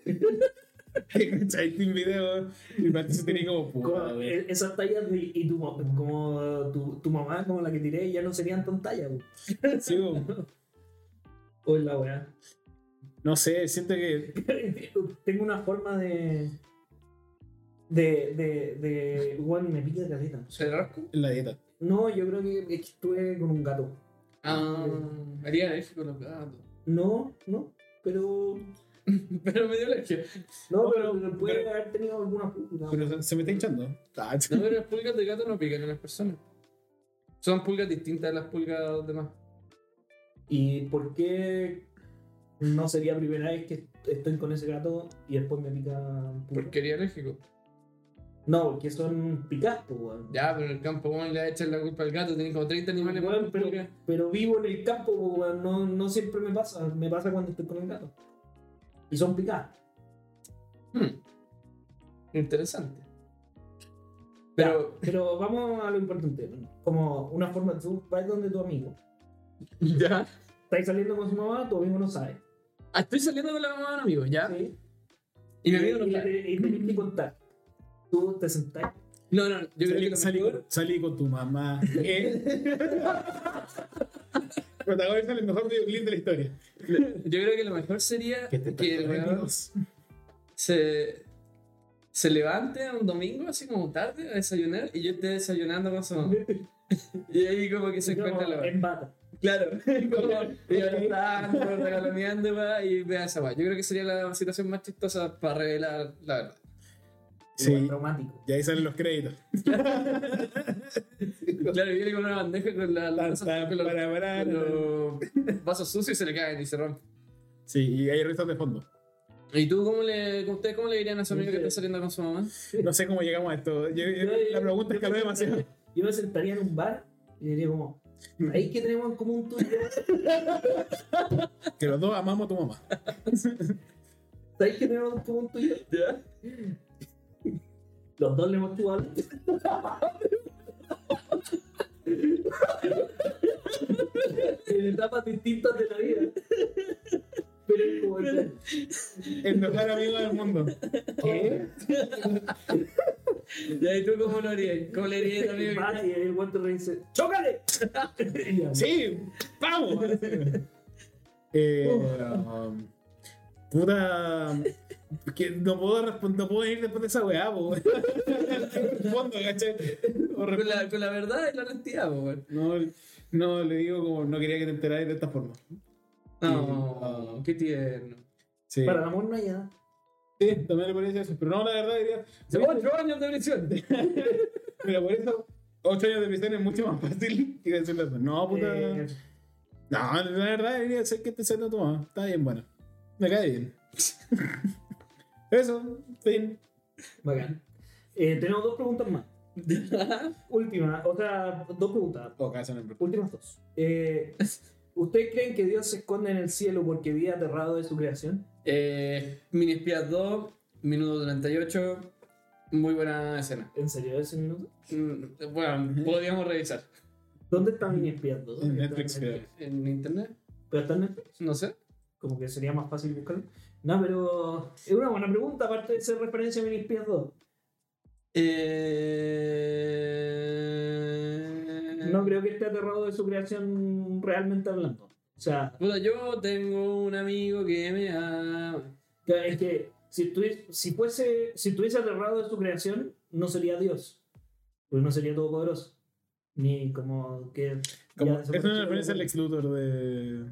C: Ahí un video y Mati se tenía como puta,
B: Como,
C: weón.
B: eh, esas tallas de, y tu, mo- como tu, tu mamá, como la que tiré, ya no serían tan tallas. güey.
C: Sí, weón.
B: O la weá.
C: No sé, siento que.
B: Tengo una forma de. De. De. de weón, me pica la caleta. no sé.
D: ¿Se rasco?
C: La dieta.
B: No, yo creo que es que estuve con un gato.
D: Ah, haría alérgico a los gatos.
B: No, no. Pero.
D: Pero me dio alergia.
B: No,
C: No,
B: pero,
C: pero-
B: puede
C: pero-
B: haber tenido alguna puta.
C: Pero se, se me está hinchando. Ah,
D: No, pero las pulgas de gato no pican a las personas. Son pulgas distintas de las pulgas de los demás.
B: ¿Y por qué no sería primera vez que estoy con ese gato y después me pica un puto?
D: Porque haría alérgico.
B: No, porque son picastos, weón.
D: Ya, pero en el campo, ¿cómo le echan la culpa al gato? Tienen como 30 animales
B: Weón,
D: más
B: pero,
D: pulgas.
B: pero vivo en el campo, weón. No, no siempre me pasa. Me pasa cuando estoy con el gato. Y son picadas.
D: Hmm. Interesante.
B: Ya,
D: Pero,
B: pero vamos a lo importante. Como una forma, tú vas donde tu amigo.
D: ya.
B: Estáis saliendo con su mamá, tu amigo no sabe.
D: Ah, Estoy saliendo con la mamá de un amigo, ya.
B: ¿sí?
D: Y mi amigo no
B: y,
D: sabe.
B: te- y tenés que contar. Tú te sentás.
D: No, no, yo creo que lo
C: salí, salí,
D: mejor.
C: con, salí con tu mamá. ¿eh? Protagoniza el mejor videoclip de la historia.
D: Yo creo que lo mejor sería
C: ¿Qué te pasa,
D: que el weón
C: amigos?
D: se, se levante un domingo, así como tarde, a desayunar, y yo esté desayunando con su mamá. Y ahí como que se
B: no,
D: encuentra la
B: en bata.
D: Claro. como, y ahora está regaloneando va, y vea esa va. Yo creo que sería la situación más chistosa para revelar la verdad.
B: Igual
C: Sí.
B: traumático.
C: Y ahí salen los créditos.
D: Claro, viene con una bandeja con la, la- con
C: Tan, tan,
D: los-
C: para, para,
D: con los vasos sucios y se le caen y se rompen.
C: Sí, y hay risas de fondo.
D: ¿Y tú cómo le, ustedes cómo le dirían a su amigo que está saliendo con su mamá?
C: No sé cómo llegamos a esto. Yo- yo-
B: Yo- yo-
C: la pregunta
B: yo
C: es que lo
B: me
C: demasiado.
B: sentaría- Yo me sentaría en un bar y diría como, ahí que tenemos en común tú y yo,
C: Que los dos amamos a tu mamá.
B: ¿sabéis que tenemos en común tú y yo?
D: ¿Ya?
B: Los dos le hemos jugado. en etapas distintas de la vida. Pero es como este, el-
C: El mejor amigo del mundo.
B: ¿Qué?
D: ¿Y tú cómo lo harías? ¿Cómo le dirías a tu amigo?
B: Va, Y el guante le dice, ¡chócale! Y ya.
C: Sí, vamos. Eh, um, puta. Que no puedo responder, no puedo ir después de esa weá, po. Respondo, ¿cachai? O
D: Con
C: respondo.
D: la, con la verdad y la honestidad, po, weón.
C: No, no, le digo como no quería que te enteraras de esta forma.
D: No, qué tierno.
C: Sí.
B: Para el amor no hay edad.
C: Sí, también le parece eso. Pero no, la verdad diría.
D: Se cuatro años de prisión.
C: Pero por eso, 8 años de prisión es mucho más fácil que decirle eso. No, puta.
B: Eh,
C: No, la verdad debería ser que te saliendo tu mamá. Está bien buena. Me cae bien. Eso, fin.
B: bacán. Eh, tenemos dos preguntas más. Última, otra, dos preguntas.
C: O caso en el
B: Últimas dos. Eh, ¿Ustedes creen que Dios se esconde en el cielo porque vive aterrado de su creación?
D: Eh, Mini Espías 2, minuto 38. Muy buena escena.
B: ¿En serio ese minuto?
D: Mm, Bueno, podríamos revisar.
B: ¿Dónde está mi espiando?
C: En Netflix, creo.
D: ¿En internet?
B: ¿Pero está en Netflix?
D: No sé.
B: Como que sería más fácil buscarlo. No, pero es una buena pregunta, aparte de ser referencia a Minispias 2.
D: Eh...
C: Ah.
B: No creo que esté aterrado de su creación realmente hablando. O sea,
D: Puta, yo tengo un amigo que me ama.
B: que- es que si, estuvi- si, fuese, si estuviese aterrado de su creación, no sería Dios. Pues no sería todopoderoso. Ni como que.
C: Como,
B: ya
C: es una
B: desapareció.
C: referencia al ex Luthor de.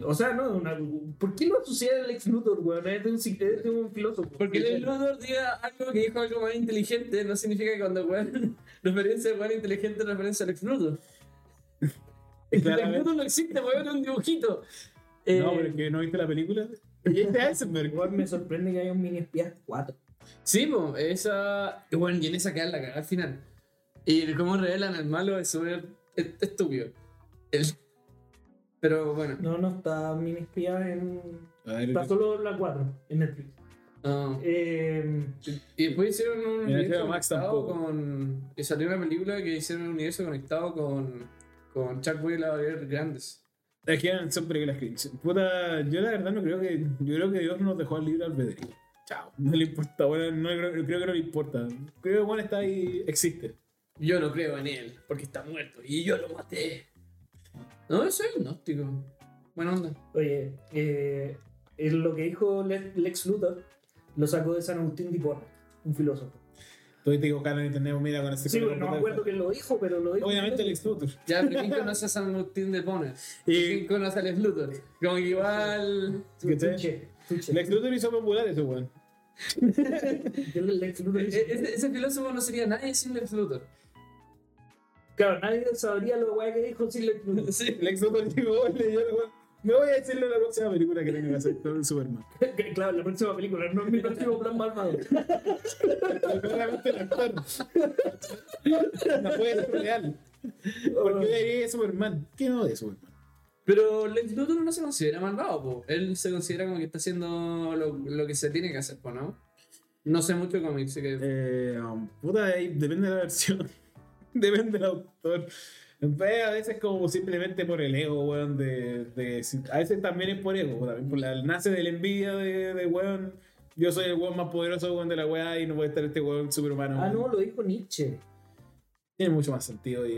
B: O sea, no, una- ¿por qué lo asocia el ex Luthor, weón? Es de un, psic- es de un filósofo.
D: Porque el
B: Luthor.
D: Luthor diga algo que dijo algo más inteligente, no significa que cuando weón referencia a weón inteligente referencia al ex Luthor. El ex
C: Claramente.
D: Luthor no existe, weón, es un dibujito. Eh,
C: No, pero es que no viste la película. Y este Eisenberg.
B: Me sorprende que haya un mini espías 4.
D: Sí, po, esa. Bueno, y en esa queda la cagada al final. Y cómo revelan al malo es súper est- estúpido. El- Pero bueno.
B: No, no está mini espías en.
C: A ver,
B: Está solo la 4 en Netflix.
D: no.
B: Eh,
D: Y después hicieron un
C: Y en HBO
D: universo
C: Max
D: conectado
C: tampoco.
D: con. Y salió una película que hicieron un universo conectado con. Con Chuck Wheel y la Barrier Grandes.
C: Es que eran- son películas cringe. Puta, yo la verdad no creo que. Yo creo que Dios nos dejó al libre albedrío. Chao. No le importa. Bueno, no creo, creo que no le importa. Creo que Juan está ahí. Existe.
D: Yo no creo en él, porque está muerto. Y yo lo maté. No, eso es agnóstico. Buena onda.
B: oye, eh, eh, lo que dijo Le- Lex Luthor lo sacó de San Agustín de Hipona, un filósofo.
C: Todavía te equivocando en internet. Mira, con ese
B: Sí,
C: película
B: no me
C: puta
B: acuerdo que lo dijo, pero lo
C: que-
B: dijo.
C: Obviamente el ex Luthor. Eh,
D: Ya, pero ¿quién conoce a San Agustín de Pona?
C: Y.
D: ¿Quién conoce al Sluthor? Como que igual.
B: Tuche, tuche.
C: El ex Luthor hizo popular ese weón.
B: Yo le- Lex Luthor
D: E-
B: dice-
D: Ese, ese filósofo no sería nadie sin Lex Luthor.
B: Claro, nadie sabría lo guay que dijo sin Lex Luthor.
D: Sí.
C: El ex Luthor llegó, leyó el weón. Me voy a decirle en la próxima película que tengo que hacer con Superman.
B: Claro, la próxima película, no es mi próximo plan malvado.
C: Pero claramente el actor. No puede ser real. ¿Por qué le diría de Superman? ¿Qué no de Superman?
D: Pero Lex Luthor no se considera malvado, po. Él se considera como que está haciendo lo, lo que se tiene que hacer, po, ¿no? No sé mucho de cómics, así que.
C: Eh, um, puta, ahí depende de la versión. depende del autor. Ve, A veces como simplemente por el ego, weón, de, de- si- A veces también es por ego, también por la, nace de la envidia de, de weón. Yo soy el weón más poderoso, weón, de la weá y no puede estar este weón superhumano.
B: Ah,
C: weón.
B: no, lo dijo Nietzsche.
C: Tiene mucho más sentido y...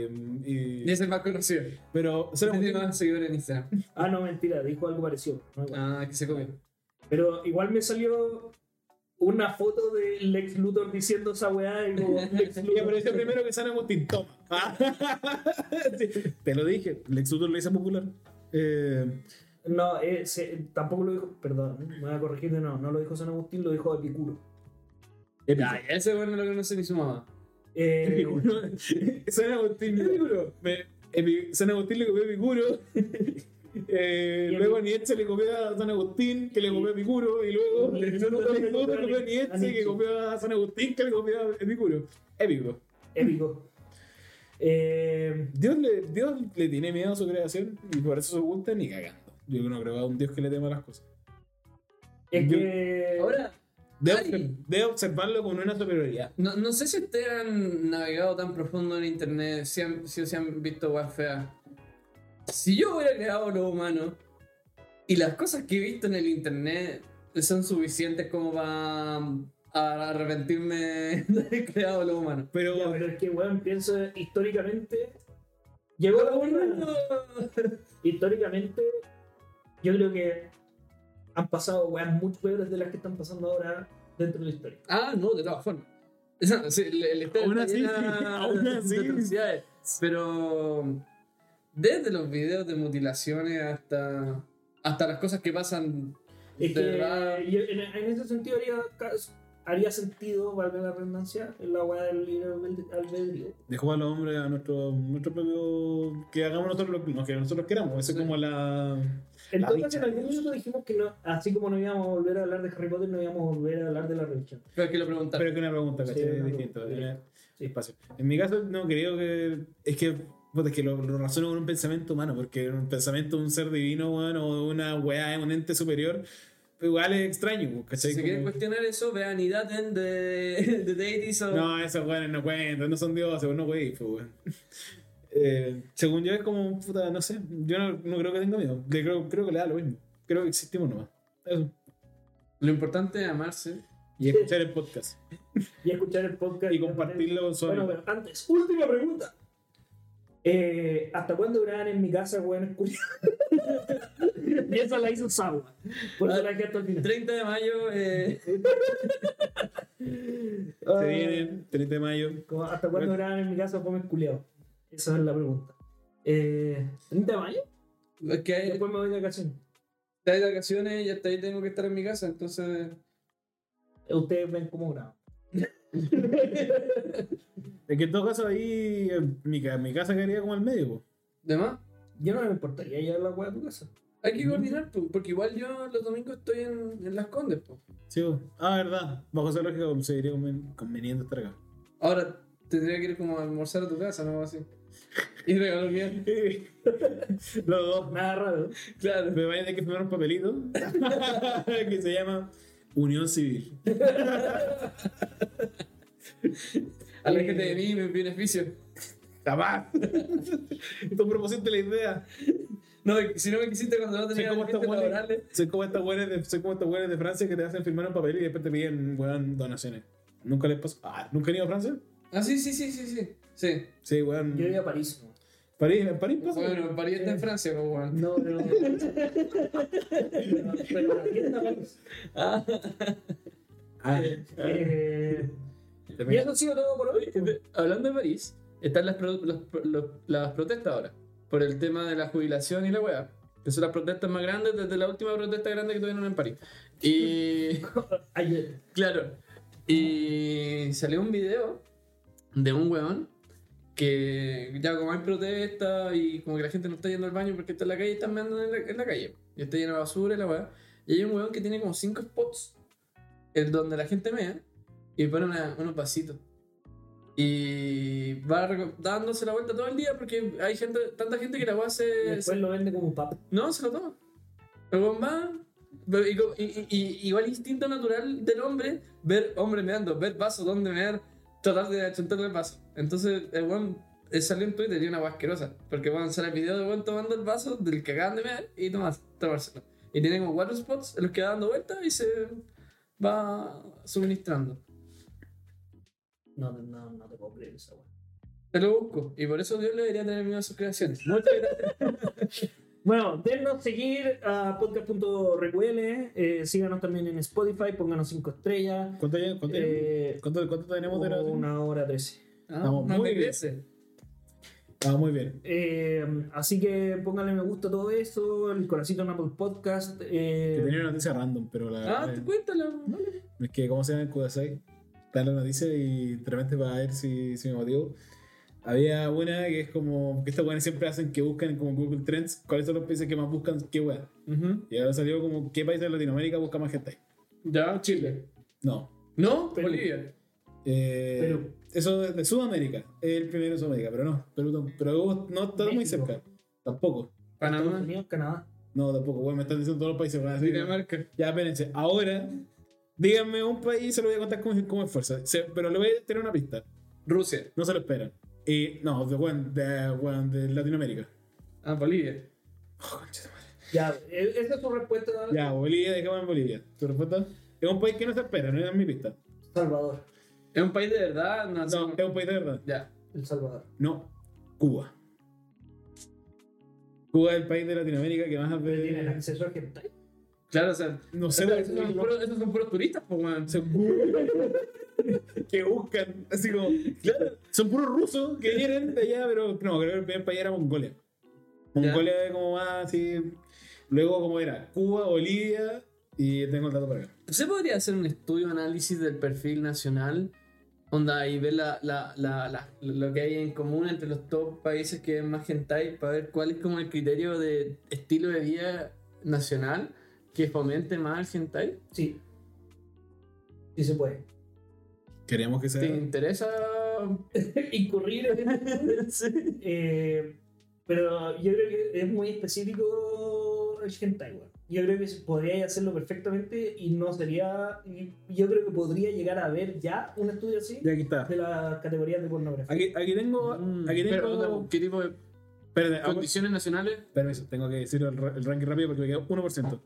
C: y-
D: Y es el más conocido.
C: pero solo
D: Tiene más seguidores en Instagram.
B: Ah, no, mentira, dijo algo parecido. No, igual.
D: Ah, que se come.
B: Pero igual me salió una foto de Lex Luthor diciendo esa weá y como Lex
C: Y
B: Luthor.
C: apareció primero que San Agustín. Toma. Ah. Sí, te lo dije. Lex Luthor lo hizo popular. Eh,
B: No, eh, se- tampoco lo dijo, perdón, me voy a corregir de nuevo, no lo dijo San Agustín, lo dijo Epicuro.
C: épico.
D: Ay, ese bueno no lo conoce ni su mamá.
B: Eh,
C: Epicuro. San Agustín. Me- Epi- San Agustín le copió a Epicuro. Eh,
B: Y
C: luego Nietzsche le copió a San Agustín, que le copió a Epicuro. Y luego
B: Y
C: Lex Luthor
B: Luthor
C: le
B: le copió
C: copió a
B: a
C: Nietzsche, que
B: Nietzsche.
C: copió a San Agustín, que le copió a Epicuro. Épico.
B: épico. Eh,
C: Dios le, Dios le tiene miedo a su creación y por eso se oculta ni cagando. Yo no creo que a un Dios que le tema a las cosas.
B: es
C: Yo-
B: que.
D: Ahora,
C: Debe,
D: Ay.
C: observ- debe observarlo con una superioridad.
D: no, no sé si ustedes han navegado tan profundo en internet, si, han, si se han visto weas feas. Si yo hubiera creado lo humano y las cosas que he visto en el internet son suficientes como para a- arrepentirme de haber creado lo humano.
C: Pero,
B: Ya, pero es que, weón, pienso históricamente. Llegó la guerra.
D: Pero
B: Históricamente, yo creo que han pasado weas mucho peores de las que están pasando ahora dentro de la historia.
D: Ah, no, de todas formas. Esa- sí, el- el estadio
C: Aún
D: está
C: así,
D: llena
C: aún
D: de
C: así.
D: atrocidades. Pero desde los videos de mutilaciones hasta, hasta las cosas que pasan
B: Es
D: de
B: que
D: verdad.
B: yo en, en ese sentido haría, cas- haría sentido, valga la redundancia, la weá del libre albed- albedrío.
C: dejó a los hombres a nuestro, nuestro propio. que hagamos nosotros lo lo que nosotros queramos. Eso es
D: Sí.
C: como la.
B: En
C: La
B: todo
C: dicha.
B: caso, en algún minuto dijimos que no, así como no íbamos a volver a hablar de Harry Potter, no íbamos a volver a hablar de la religión.
D: Pero es que lo preguntaron.
C: Pero que una pregunta,
B: Sí,
C: ¿cachai?
B: una
C: distinto.
B: pregunta.
C: tiene
B: Sí.
C: espacio. En mi caso, no creo que. Es que. puta, Puta, es que lo, lo razono con un pensamiento humano, porque un pensamiento de un ser divino, weón, o de una weá, un ente superior, pues igual es extraño,
D: Si
C: weón, ¿cachai?
D: se pues, quieren
C: Como-
D: cuestionar eso, vean y daten de, de Deities o.
C: No, esos weones no cuentan, no son dioses, weón, no wey, pues, weón. Eh, según yo es como, puta, no sé, yo no, no creo que tenga miedo, Le creo, creo que le da lo mismo, creo que existimos nomás. Eso.
D: Lo importante es amarse.
C: Y escuchar el podcast,
B: Y escuchar el podcast.
C: y compartirlo con su
B: Bueno,
C: amigo.
B: pero antes, última pregunta. Eh, ¿Hasta cuándo duraban en mi casa, weón? y esa la hizo Sawa. Por eso la dejé hasta el final.
D: 30 de mayo, eh,
B: Ah,
C: Se vienen, 30 de mayo.
B: como, ¿Hasta cuándo duraban en mi casa, comes culiao? Esa es la pregunta. Eh, ¿30 de mayo?
D: que hay-
B: Eh, Después me voy de vacaciones.
D: estáis de vacaciones y hasta ahí tengo que estar en mi casa, entonces.
B: Eh, Ustedes ven cómo grabo.
C: Es que en todo caso ahí eh, mi, ca- mi casa quedaría como al medio, po.
D: ¿De más?
B: Yo no me importaría llevar la weá a tu casa.
D: Hay que coordinar, po, porque igual yo los domingos estoy en, en Las Condes, po.
C: Sí, po. ah, verdad. Bajo esa lógica sería conven- conveniente estar acá.
D: Ahora tendría que ir como a almorzar a tu casa, no así. Y regalar bien.
C: Los dos.
B: Nada raro.
D: Claro.
C: Me vaya a tener que firmar un papelito que se llama Unión Civil.
D: A la
C: Eh.
D: gente de mí me beneficio.
C: Jamás. tu propósito de la idea.
D: No, si no me quisiste cuando no
C: Soy
D: tenía
C: como estos
D: beneficios laborales.
C: güeyes- soy como estos güeyes de- soy como estos güeyes de Francia que te hacen firmar un papel y después te piden weón, donaciones. ¿Nunca les pasó? Ah, ¿Nunca han ido a Francia?
D: Ah, sí, sí, sí, sí, sí. Sí.
C: Sí, weón.
B: Yo iría a París. weón.
C: París, en París pasa. Eh.
D: Bueno, París está en Francia, pues, weón.
B: No, pero. pero, pero ¿quién está París?
D: Ah,
C: Ah,
B: Eh, y eso ha sido todo por hoy. pues.
D: de- eh, hablando de París, están las, pro- los- los- las protestas ahora. Por el tema de la jubilación y la weá. Que son las protestas más grandes desde la última protesta grande que tuvieron en París. Y.
B: Ayer.
D: Claro. Y salió un video de un weón que ya como hay protestas y como que la gente no está yendo al baño porque está en la calle y están meando en la, en la calle. Y está llena de basura y la weá. Y hay un weón que tiene como cinco spots en donde la gente mea y pone una- unos vasitos. Y va reco- dándose la vuelta todo el día porque hay gente, tanta gente que la weá
B: y
D: se, se
B: Después lo vende como papa.
D: no, se lo toma. El weón va. pero y co- y- y- y- igual instinto natural del hombre, ver hombre meando, ver vaso donde mear, tratar de achuntarle el vaso. Entonces el weón eh, salió en Twitter y una weá asquerosa. Porque van a sale el video del weón tomando el vaso del que acaban de mear y tomas, tomárselo. Y tiene como cuatro spots en los que va dando vueltas y se va suministrando.
B: No, no, no, no te puedo creer esa weá.
D: Te lo busco. Y por eso Dios le debería tener miedo a sus creaciones. Muchas gracias.
B: Bueno, denos seguir a podcast.recuel. Eh, síganos también en Spotify. Pónganos 5 estrellas.
C: ¿Cuánto, lle- cuánto, lle-
B: Eh,
C: cuánto- cuánto tenemos de grabación?
B: una hora trece.
D: Ah,
C: Estamos
D: no
C: muy
D: me
C: bien.
D: crece.
C: Ah, muy bien.
B: Eh, así que pónganle me gusta a todo eso. El corazoncito en Apple Podcast. eh,
C: Que tenía una noticia random, pero la
D: Ah,
C: verdad
D: te cuéntalo.
C: es que, ¿cómo se llama el Kudasai? Está en la noticia y de repente va a ver si, si me motivo. Había una que es como, que estas weones siempre hacen que buscan como Google Trends, cuáles son los países que más buscan, qué wea.
D: Ujú.
C: Y ahora salió como, ¿qué país de Latinoamérica busca más gente?
D: Ya, Chile.
C: No.
D: No,
B: Perú.
D: Bolivia.
C: Eh,
B: Perú.
C: Eso es de Sudamérica, es el primero de Sudamérica, pero no, Perú, tam- pero no está muy
B: México.
C: cerca. Tampoco.
B: Estados
D: Panamá.
B: Unidos, Canadá.
C: No, tampoco. Bueno, me están diciendo todos los países. weón, así que-
D: Dinamarca.
C: Ya, espérense. Ahora, díganme un país, se lo voy a contar como, como esfuerzo. Se- pero le voy a tener una pista.
D: Rusia.
C: No se lo esperan. Y, no, de, weón, de, weón, de Latinoamérica.
D: Ah, Bolivia.
C: Oh, concha de madre.
B: Ya, e- esa es su respuesta,
C: Ya, Bolivia, dejamos en Bolivia. ¿Tu respuesta? Es un país que no se espera, no es mi pista.
B: Salvador.
D: ¿Es un país de verdad? No, así
C: No,
D: como-
C: es un país de verdad.
D: Ya.
B: El Salvador.
C: No, Cuba. Cuba es el país de Latinoamérica que más...
B: Pero tienen
C: ve-
B: acceso a Argentina.
D: Claro, o sea.
C: No sé,
D: Estos
C: weón,
D: son
C: lo-
D: puros- estos son puros turistas, pues, weón.
C: son puros- que buscan, así como, claro, son puros rusos que vienen de allá, pero no, creo que el primer país era Mongolia. Mongolia es como más así, luego como era Cuba, Bolivia y tengo el dato para acá.
D: ¿Se podría hacer un estudio, análisis del perfil nacional? Onda, y ver la, la, la, la- lo que hay en común entre los top países que ven más hentai para ver cuál es como el criterio de estilo de vida nacional que fomente más el hentai.
B: Sí. Sí se puede.
C: Queremos que sea...
D: ¿Te interesa
F: quiero
B: incurrir en- Eh, pero yo creo que es muy específico el hentai, weón. Yo creo que podría hacerlo perfectamente y no sería. y Yo creo que podría llegar a ver ya un estudio así
C: Ya aquí está.
B: de las categorías de pornografía.
C: Aquí, aquí tengo.
D: Mm,
C: Aquí
D: pero,
C: tengo.
D: ¿Qué tipo de
C: Espérate, hago-
D: condiciones nacionales?
C: Permiso, tengo que decir el, ra- el ranking rápido porque me queda 1%.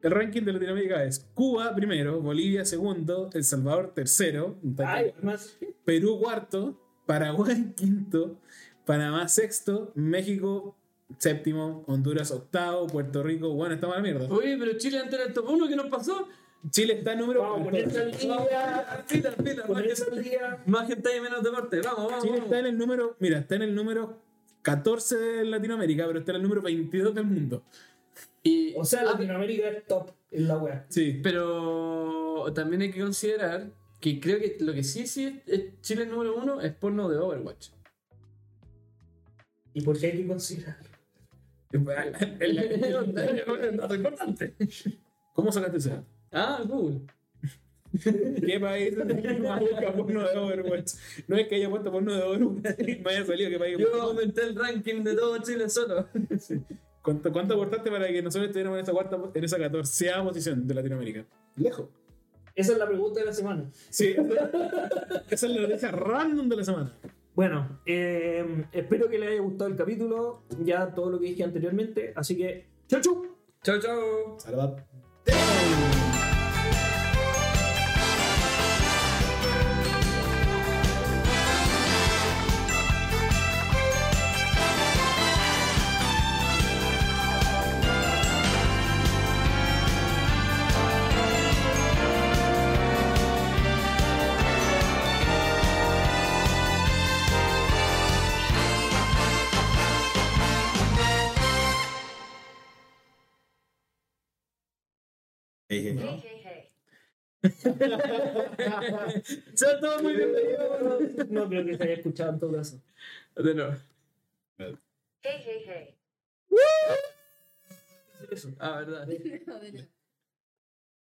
C: El ranking de Latinoamérica es Cuba primero, Bolivia segundo, El Salvador tercero,
B: Ay, además,
C: Perú cuarto, Paraguay quinto, Panamá sexto, México séptimo, Honduras octavo, Puerto Rico, bueno, estamos a la mierda.
D: Oye, pero Chile antes era el top 1, ¿qué nos pasó?
C: Chile está número
B: vamos a ponerse al
D: ah,
B: día.
D: Fila, fila, más
B: Ponerse
D: gente-
B: al día.
D: más gente y menos deporte. Vamos, vamos.
C: Chile está
D: vamos.
C: en el número, mira, está en el número 14 de Latinoamérica, pero está en el número 22 del mundo.
D: Y,
B: O sea,
D: ah,
B: Latinoamérica es top en la wea.
C: Sí.
D: pero también hay que considerar que creo que lo que sí, sí es- es Chile número 1 es porno de Overwatch.
B: ¿Y por qué hay que considerarlo?
D: Es un dato importante.
C: ¿Cómo sacaste eso?
D: Ah, Google.
C: ¿Qué país más busca porno de Overwatch? No es que haya puesto porno de Overwatch y me haya salido que país.
D: Yo aumenté el ranking de todo Chile solo.
C: ¿Cuánto, ¿Cuánto aportaste para que nosotros estuviéramos en esa cuarta, en esa catorceava posición de Latinoamérica? Lejos.
B: Esa es la pregunta de la semana.
C: Sí. Esa es la noticia random de la semana.
B: Bueno, eh, espero que les haya gustado el capítulo. Ya todo lo que dije anteriormente. Así que, chau, chau.
D: Chao, chao.
C: Salvat.
A: Hey, hey, hey.
D: Chao, todo muy bien.
B: No creo que se haya escuchado en todo caso.
D: De nuevo.
A: Hey, hey, hey.
B: Eso.
D: Ah, verdad.
A: No, de nuevo.